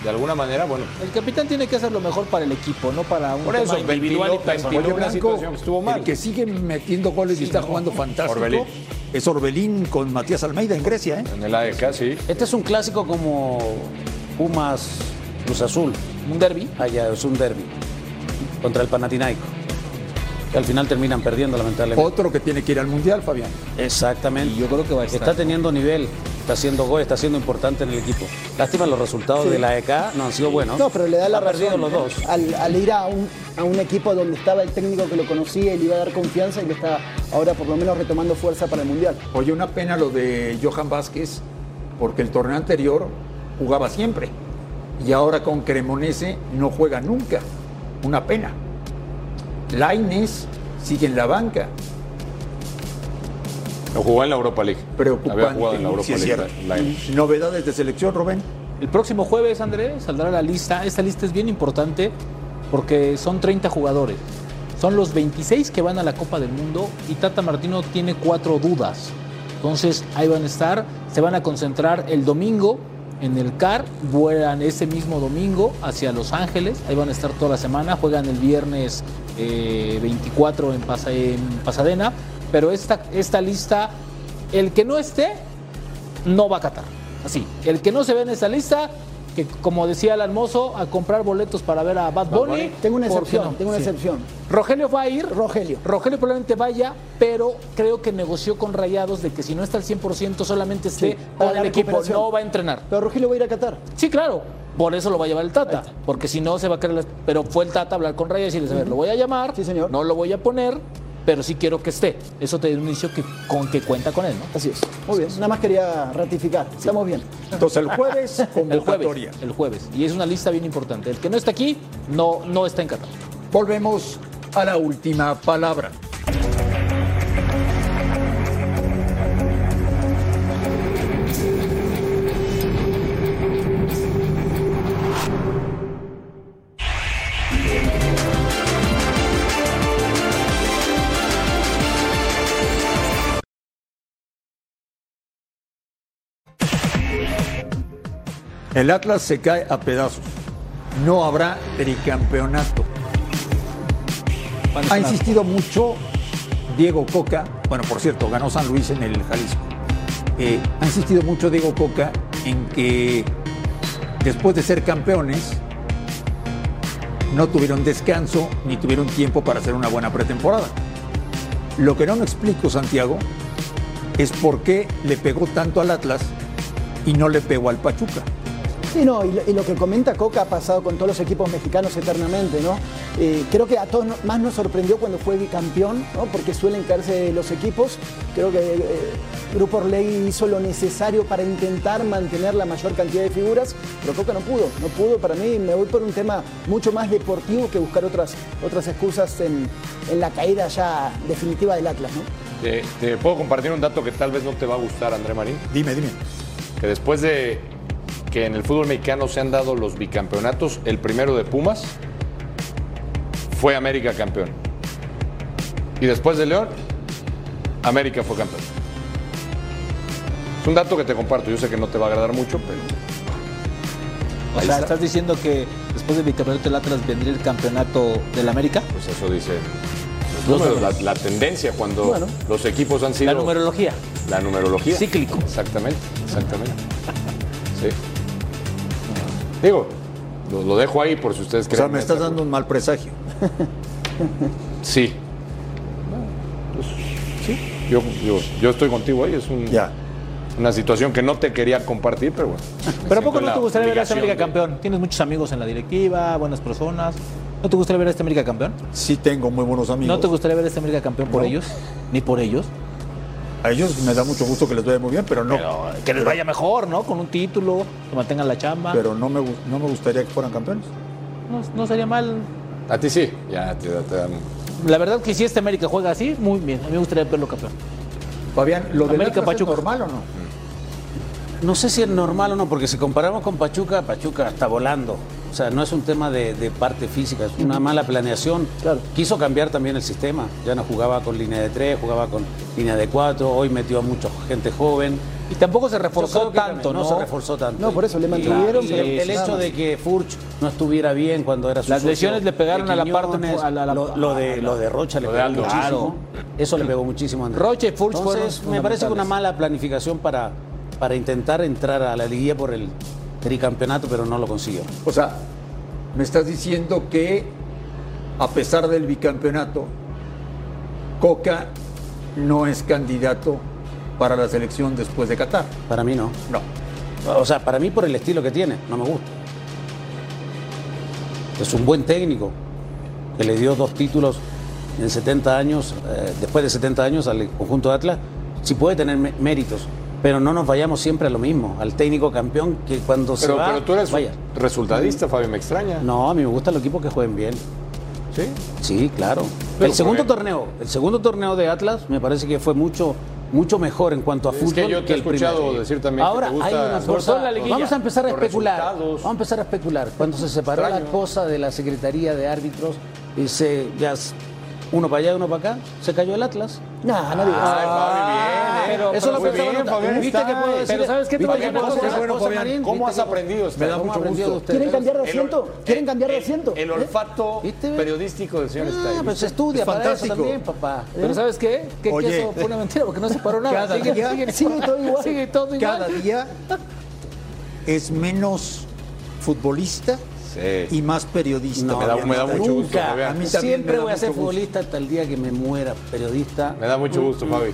Speaker 7: de alguna manera, bueno.
Speaker 6: El capitán tiene que hacer lo mejor para el equipo, no para un
Speaker 7: Por
Speaker 6: tema
Speaker 7: eso,
Speaker 6: individual y
Speaker 7: ventiló,
Speaker 6: personal.
Speaker 7: ventiló
Speaker 3: Oye,
Speaker 7: una
Speaker 3: Blanco,
Speaker 7: situación que estuvo mal.
Speaker 3: El que sigue metiendo goles y está jugando fantástico
Speaker 7: Orbelín.
Speaker 3: es Orbelín con Matías Almeida en Grecia. ¿eh?
Speaker 7: En el AEK, sí.
Speaker 4: Este es un clásico como Pumas Cruz Azul.
Speaker 6: Un derby.
Speaker 4: Allá es un derby contra el Panatinaico. Que al final terminan perdiendo, lamentablemente.
Speaker 3: Otro que tiene que ir al mundial, Fabián.
Speaker 4: Exactamente.
Speaker 6: Y yo creo que va a estar.
Speaker 4: Está teniendo nivel, está haciendo gol, está siendo importante en el equipo. Lástima los resultados
Speaker 5: Sí.
Speaker 4: de la EK no han sido buenos.
Speaker 5: No, pero le da la
Speaker 4: Ha perdido
Speaker 5: razón.
Speaker 4: los dos.
Speaker 5: Al, al ir a un, a un equipo donde estaba el técnico que lo conocía y le iba a dar confianza y le está ahora por lo menos retomando fuerza para el Mundial.
Speaker 3: Oye, una pena lo de Johan Vázquez, porque el torneo anterior jugaba siempre. Y ahora con Cremonese no juega nunca. Una pena. Laines sigue en la banca.
Speaker 7: Lo jugó en la Europa League.
Speaker 3: Preocupante.
Speaker 7: Había jugado en la Europa
Speaker 3: Sí, es
Speaker 7: League.
Speaker 3: cierto.
Speaker 7: la- la-
Speaker 3: Novedades de selección, Rubén.
Speaker 6: El próximo jueves, Andrés, saldrá la lista. Esta lista es bien importante porque son 30 jugadores. Son los 26 que van a la Copa del Mundo y Tata Martino tiene cuatro dudas. Entonces ahí van a estar. Se van a concentrar el domingo en el CAR. Vuelan ese mismo domingo hacia Los Ángeles. Ahí van a estar toda la semana. Juegan el viernes eh, 24 en, Pasa- en Pasadena. Pero esta, esta lista, el que no esté, no va a Qatar. Así, el que no se ve en esa lista, que como decía el hermoso, a comprar boletos para ver a Bad Bunny.
Speaker 5: Tengo una
Speaker 6: ¿por qué
Speaker 5: excepción,
Speaker 6: no?
Speaker 5: tengo una
Speaker 6: Sí.
Speaker 5: excepción.
Speaker 6: Rogelio va a ir.
Speaker 5: Rogelio.
Speaker 6: Rogelio probablemente vaya, pero creo que negoció con Rayados de que si no está al 100% solamente esté
Speaker 5: Sí, para
Speaker 6: con
Speaker 5: la
Speaker 6: el equipo,
Speaker 5: recuperación.
Speaker 6: no va a entrenar.
Speaker 5: Pero Rogelio va a ir a Qatar.
Speaker 6: Sí, claro. Por eso lo va a llevar el Tata, porque si no se va a caer. la- Pero fue el Tata a hablar con Rayados y decirles, a ver, lo voy a llamar,
Speaker 5: Sí, señor.
Speaker 6: no lo voy a poner, pero sí quiero que esté. Eso te da un inicio que, con que cuenta con él, ¿no?
Speaker 5: Así es. Muy bien. Nada más quería ratificar. Estamos bien.
Speaker 3: Entonces el jueves,
Speaker 6: <laughs> El
Speaker 3: convocatoria.
Speaker 6: jueves, el jueves. Y es una lista bien importante. El que no está aquí, no, no está en Qatar.
Speaker 3: Volvemos a la última palabra. El Atlas se cae a pedazos. No habrá tricampeonato. Ah, Ha insistido mucho Diego Coca, bueno, por cierto, ganó San Luis en el Jalisco. Eh, ha insistido mucho Diego Coca en que después de ser campeones, no tuvieron descanso ni tuvieron tiempo para hacer una buena pretemporada. Lo que no me explico, Santiago, es por qué le pegó tanto al Atlas y no le pegó al Pachuca.
Speaker 5: Sí, no, y lo, y lo que comenta Coca ha pasado con todos los equipos mexicanos eternamente, ¿no? Eh, creo que a todos no- más nos sorprendió cuando fue bicampeón, ¿no? Porque suelen caerse los equipos. Creo que eh, Grupo Orlegui hizo lo necesario para intentar mantener la mayor cantidad de figuras, pero Coca no pudo, no pudo. Para mí me voy por un tema mucho más deportivo que buscar otras, otras excusas en, en la caída ya definitiva del Atlas, ¿no?
Speaker 7: Te, te puedo compartir un dato que tal vez no te va a gustar, André Marín.
Speaker 3: Dime, dime.
Speaker 7: Que después de que en el fútbol mexicano se han dado los bicampeonatos, el primero de Pumas fue América campeón. Y después de León, América fue campeón. Es un dato que te comparto. Yo sé que no te va a agradar mucho, pero
Speaker 6: O sea, ¿estás diciendo que después del bicampeonato del Atlas vendría el campeonato del América?
Speaker 7: pues eso dice los
Speaker 6: Los
Speaker 7: números, la,
Speaker 6: números.
Speaker 7: la tendencia cuando
Speaker 6: Bueno.
Speaker 7: los equipos han sido.
Speaker 6: La numerología.
Speaker 7: La numerología.
Speaker 6: Cíclico.
Speaker 7: Exactamente, exactamente. Sí. Digo, lo, lo dejo ahí por si ustedes
Speaker 3: O
Speaker 7: quieren.
Speaker 3: sea, me estás dando un mal presagio.
Speaker 7: Sí. pues, Yo, yo, yo estoy contigo ahí, es un- una situación que no te quería compartir, pero bueno.
Speaker 6: ¿Pero a poco no
Speaker 7: la
Speaker 6: te gustaría ver a esta
Speaker 7: obligación
Speaker 6: América
Speaker 7: de-
Speaker 6: campeón? Tienes muchos amigos en la directiva, buenas personas. ¿No te gustaría ver a esta América campeón?
Speaker 3: Sí tengo muy buenos amigos.
Speaker 6: ¿No te gustaría ver a esta América campeón por
Speaker 3: No.
Speaker 6: ellos? ¿Ni por ellos?
Speaker 3: A ellos me da mucho gusto que les vaya muy bien, pero no.
Speaker 6: Que les vaya mejor, ¿no? Con un título, que mantengan la chamba.
Speaker 3: Pero no me, gu- no me gustaría que fueran campeones.
Speaker 6: No, no sería mal.
Speaker 7: A ti sí, ya te, te dan.
Speaker 6: La verdad que si esta América juega así, muy bien. A mí me gustaría verlo campeón.
Speaker 3: Fabián,
Speaker 6: lo del Atlas es
Speaker 3: normal o no?
Speaker 4: No sé si es normal o no, porque si comparamos con Pachuca, Pachuca está volando. O sea, no es un tema de, de parte física, es una mala planeación. Quiso cambiar también el sistema. Ya no jugaba con línea de tres, jugaba con línea de cuatro. Hoy metió a mucha gente joven.
Speaker 6: Y tampoco se
Speaker 4: reforzó tanto, ¿no? se reforzó tanto.
Speaker 5: No, por eso le
Speaker 4: Y-
Speaker 5: mantuvieron,
Speaker 4: y
Speaker 5: pero-
Speaker 4: el, el
Speaker 5: nada
Speaker 4: hecho
Speaker 5: más.
Speaker 4: de que Furch no estuviera bien cuando era su
Speaker 6: Las
Speaker 4: socio,
Speaker 6: lesiones le pegaron
Speaker 4: de
Speaker 6: a la parte-
Speaker 4: Quiñones,
Speaker 6: a la- a la-
Speaker 4: lo, lo de, lo de Rocha le
Speaker 7: Lo de
Speaker 4: pegó
Speaker 7: Aldo.
Speaker 4: muchísimo.
Speaker 7: Claro.
Speaker 4: Eso le pegó muchísimo. Andrés.
Speaker 6: Rocha y Furch fueron
Speaker 4: Entonces, me parece que una
Speaker 6: fundamentales.
Speaker 4: mala planificación para, para intentar entrar a la liguilla por el tricampeonato, pero no lo consiguió.
Speaker 3: O sea, me estás diciendo que a pesar del bicampeonato, Coca no es candidato para la selección después de Qatar.
Speaker 4: Para mí no.
Speaker 3: No.
Speaker 4: O sea, para mí por el estilo que tiene, no me gusta. Es un buen técnico que le dio dos títulos en 70 años, eh, después de 70 años al conjunto de Atlas, sí puede tener mé- méritos, pero no nos vayamos siempre a lo mismo, al técnico campeón que cuando se
Speaker 7: Pero,
Speaker 4: va,
Speaker 7: pero tú eres
Speaker 4: vaya.
Speaker 7: resultadista, Fabio, me extraña.
Speaker 4: No, a mí me gustan los equipos que jueguen bien.
Speaker 7: ¿Sí?
Speaker 4: Sí, claro.
Speaker 7: Pero
Speaker 4: el segundo
Speaker 7: porque-
Speaker 4: torneo, el segundo torneo de Atlas me parece que fue mucho mucho mejor en cuanto a
Speaker 7: Es
Speaker 4: fútbol
Speaker 7: que yo te he
Speaker 4: el
Speaker 7: escuchado
Speaker 4: primero.
Speaker 7: decir también que
Speaker 4: Ahora
Speaker 7: te gusta-
Speaker 4: hay una
Speaker 7: Sobre todo en la
Speaker 4: cosa,
Speaker 7: liguilla,
Speaker 4: vamos a empezar a
Speaker 7: los
Speaker 4: especular.
Speaker 7: resultados.
Speaker 4: Vamos a empezar a especular. Cuando se separó la
Speaker 7: Extraño.
Speaker 4: cosa de la Secretaría de Árbitros y se ya s- uno para allá, uno para acá, se cayó el Atlas. Ah,
Speaker 5: Nah, no digas.
Speaker 7: eh.
Speaker 4: Eso lo
Speaker 7: muy
Speaker 4: pensaba
Speaker 7: bien,
Speaker 4: nota.
Speaker 7: Fabián,
Speaker 4: ¿Viste
Speaker 7: está.
Speaker 4: que puedo decir?
Speaker 6: Pero ¿sabes qué te
Speaker 4: ¿Viste
Speaker 6: voy a
Speaker 4: que
Speaker 6: decir
Speaker 4: puedo
Speaker 6: una
Speaker 4: hacer
Speaker 6: cosa?
Speaker 4: las
Speaker 6: Qué bueno,
Speaker 4: cosas,
Speaker 6: Fabián.
Speaker 4: Marín?
Speaker 7: ¿Cómo has
Speaker 4: ¿Viste que-
Speaker 7: aprendido? Está-
Speaker 4: Me da
Speaker 7: ¿Cómo
Speaker 4: mucho
Speaker 7: ha aprendido
Speaker 4: gusto.
Speaker 7: usted?
Speaker 5: ¿Quieren cambiar de asiento? ¿Quieren cambiar de
Speaker 7: el-
Speaker 5: asiento?
Speaker 7: El
Speaker 5: ¿Eh?
Speaker 7: olfato
Speaker 4: ¿Viste?
Speaker 7: periodístico del señor está ahí.
Speaker 4: Ah, pues se estudia
Speaker 3: Es
Speaker 4: para
Speaker 3: fantástico.
Speaker 4: eso también, papá.
Speaker 7: ¿Eh?
Speaker 6: Pero ¿sabes qué? ¿Qué
Speaker 3: Oye.
Speaker 6: queso? Fue una mentira porque no se paró nada.
Speaker 3: Cada
Speaker 6: Sigue,
Speaker 3: día-
Speaker 6: sigue,
Speaker 5: Sigue todo
Speaker 3: <laughs>
Speaker 5: igual.
Speaker 6: sigue todo igual.
Speaker 3: Cada día es menos futbolista
Speaker 7: Sí.
Speaker 3: y más periodista.
Speaker 7: me da- me da mucho gusto,
Speaker 4: Nunca.
Speaker 7: Fabián.
Speaker 3: A mí también me
Speaker 4: Siempre
Speaker 3: da
Speaker 4: voy a ser
Speaker 3: mucho gusto.
Speaker 4: futbolista hasta el día que me muera, periodista.
Speaker 7: Me da mucho gusto, Fabi.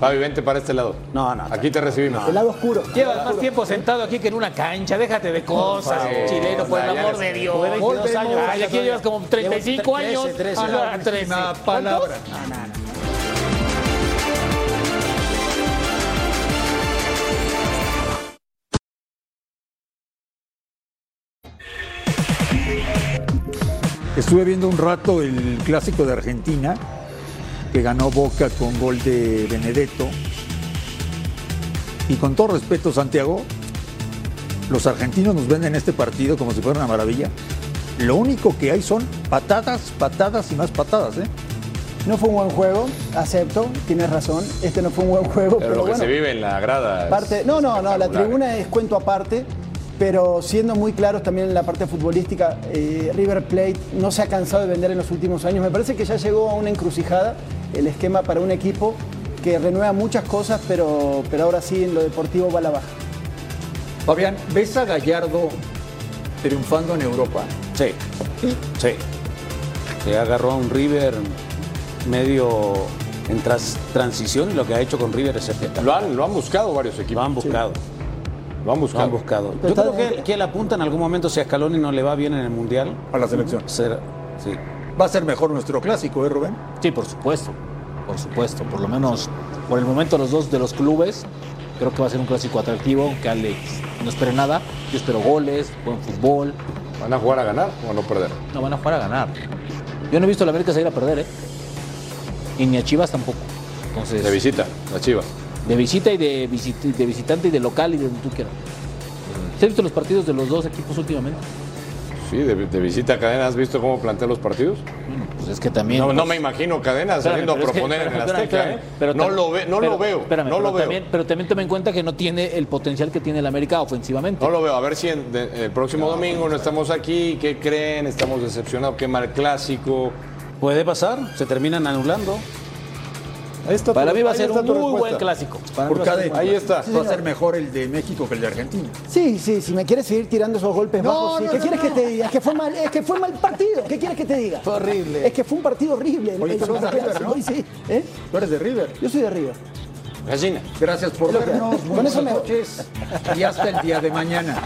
Speaker 7: Fabi, vente para este lado.
Speaker 4: No, no,
Speaker 7: Aquí te recibimos.
Speaker 5: El lado oscuro.
Speaker 6: Llevas más tiempo sentado aquí que en una cancha. Déjate de cosas,
Speaker 7: favor.
Speaker 6: chileno, por el
Speaker 7: Ya
Speaker 6: amor
Speaker 7: eres-
Speaker 6: de Dios.
Speaker 4: Joder, 22 años.
Speaker 6: Ay, aquí llevas como 35
Speaker 4: Llevo
Speaker 6: años.
Speaker 4: 13, 13.
Speaker 6: Ajá,
Speaker 4: La
Speaker 6: 13.
Speaker 3: Una palabra. Estuve viendo un rato el clásico de Argentina, que ganó Boca con gol de Benedetto. Y con todo respeto, Santiago, los argentinos nos venden este partido como si fuera una maravilla. Lo único que hay son patadas, patadas y más patadas, ¿eh?
Speaker 5: No fue un buen juego, acepto, tienes razón. Este no fue un buen juego,
Speaker 7: Pero
Speaker 5: pero,
Speaker 7: lo que
Speaker 5: bueno.
Speaker 7: se vive en la grada. es
Speaker 5: parte- no, no, no, la
Speaker 7: espectacular.
Speaker 5: tribuna es cuento aparte. Pero siendo muy claros también en la parte futbolística, eh, River Plate no se ha cansado de vender en los últimos años. Me parece que ya llegó a una encrucijada el esquema para un equipo que renueva muchas cosas, pero, pero ahora sí en lo deportivo va a la baja.
Speaker 3: Fabián, ¿ves a Gallardo triunfando en Europa?
Speaker 4: Sí. Sí. Se agarró a un River medio en tras- transición y lo que ha hecho con River es espectacular.
Speaker 7: Lo han, lo han buscado varios equipos.
Speaker 4: Lo han buscado.
Speaker 7: Lo han buscado.
Speaker 4: Yo creo que, que él apunta en algún momento si a Scaloni no le va bien en el Mundial.
Speaker 3: A la selección.
Speaker 4: Ser- sí.
Speaker 3: Va a ser mejor nuestro clásico, ¿eh, Rubén?
Speaker 6: Sí, por supuesto. Por supuesto. Por lo menos, por el momento, los dos de los clubes. Creo que va a ser un clásico atractivo, aunque Alex no espere nada. Yo espero goles, buen fútbol.
Speaker 7: ¿Van a jugar a ganar o a no perder?
Speaker 6: No, van a jugar a ganar. Yo no he visto a la América salir a perder, ¿eh? Y ni a Chivas tampoco. Entonces,
Speaker 7: De visita, las Chivas.
Speaker 6: de visita y de, visit- de visitante y de local y de donde tú quieras. ¿Se han visto los partidos de los dos equipos últimamente?
Speaker 7: Sí, de, de visita a cadena. ¿Has visto cómo plantea los partidos?
Speaker 6: Pues es que también.
Speaker 7: No,
Speaker 6: pues,
Speaker 7: no me imagino cadena
Speaker 6: espérame,
Speaker 7: saliendo a
Speaker 6: pero es que-
Speaker 7: proponer en el
Speaker 6: espérame,
Speaker 7: Azteca.
Speaker 6: espérame,
Speaker 7: ¿eh?
Speaker 6: pero
Speaker 7: no
Speaker 6: tam-
Speaker 7: lo, ve- no
Speaker 6: pero-
Speaker 7: lo veo.
Speaker 6: espérame,
Speaker 7: no
Speaker 6: pero
Speaker 7: lo veo.
Speaker 6: También, pero también tome en cuenta que no tiene el potencial que tiene el América ofensivamente.
Speaker 7: No lo veo. A ver si en- de- el próximo domingo no estamos aquí. ¿Qué creen? Estamos decepcionados. Qué mal clásico.
Speaker 4: Puede pasar, se terminan anulando.
Speaker 6: Para mí va a ser un muy buen clásico. Para
Speaker 3: Ah,
Speaker 6: mí va a ser un buen clásico.
Speaker 3: Va a ser mejor el de México que el de Argentina.
Speaker 5: Sí, sí, si me quieres seguir tirando esos golpes
Speaker 3: No,
Speaker 5: bajos, sí.
Speaker 3: no,
Speaker 5: ¿qué
Speaker 3: no,
Speaker 5: quieres
Speaker 3: no.
Speaker 5: que te diga? Es que fue mal, es que fue mal partido. ¿Qué quieres que te diga? Fue horrible. Es que fue un partido horrible.
Speaker 3: Oye,
Speaker 5: El-
Speaker 3: tú eres de
Speaker 5: el-
Speaker 3: River, ¿no?
Speaker 5: Hoy sí, ¿eh?
Speaker 3: Tú eres de River.
Speaker 5: Yo soy de River.
Speaker 7: Gallina.
Speaker 3: Gracias por
Speaker 5: Lo que-
Speaker 3: vernos.
Speaker 5: con
Speaker 3: Buenas
Speaker 5: eso me-
Speaker 3: noches. Y hasta el día de mañana.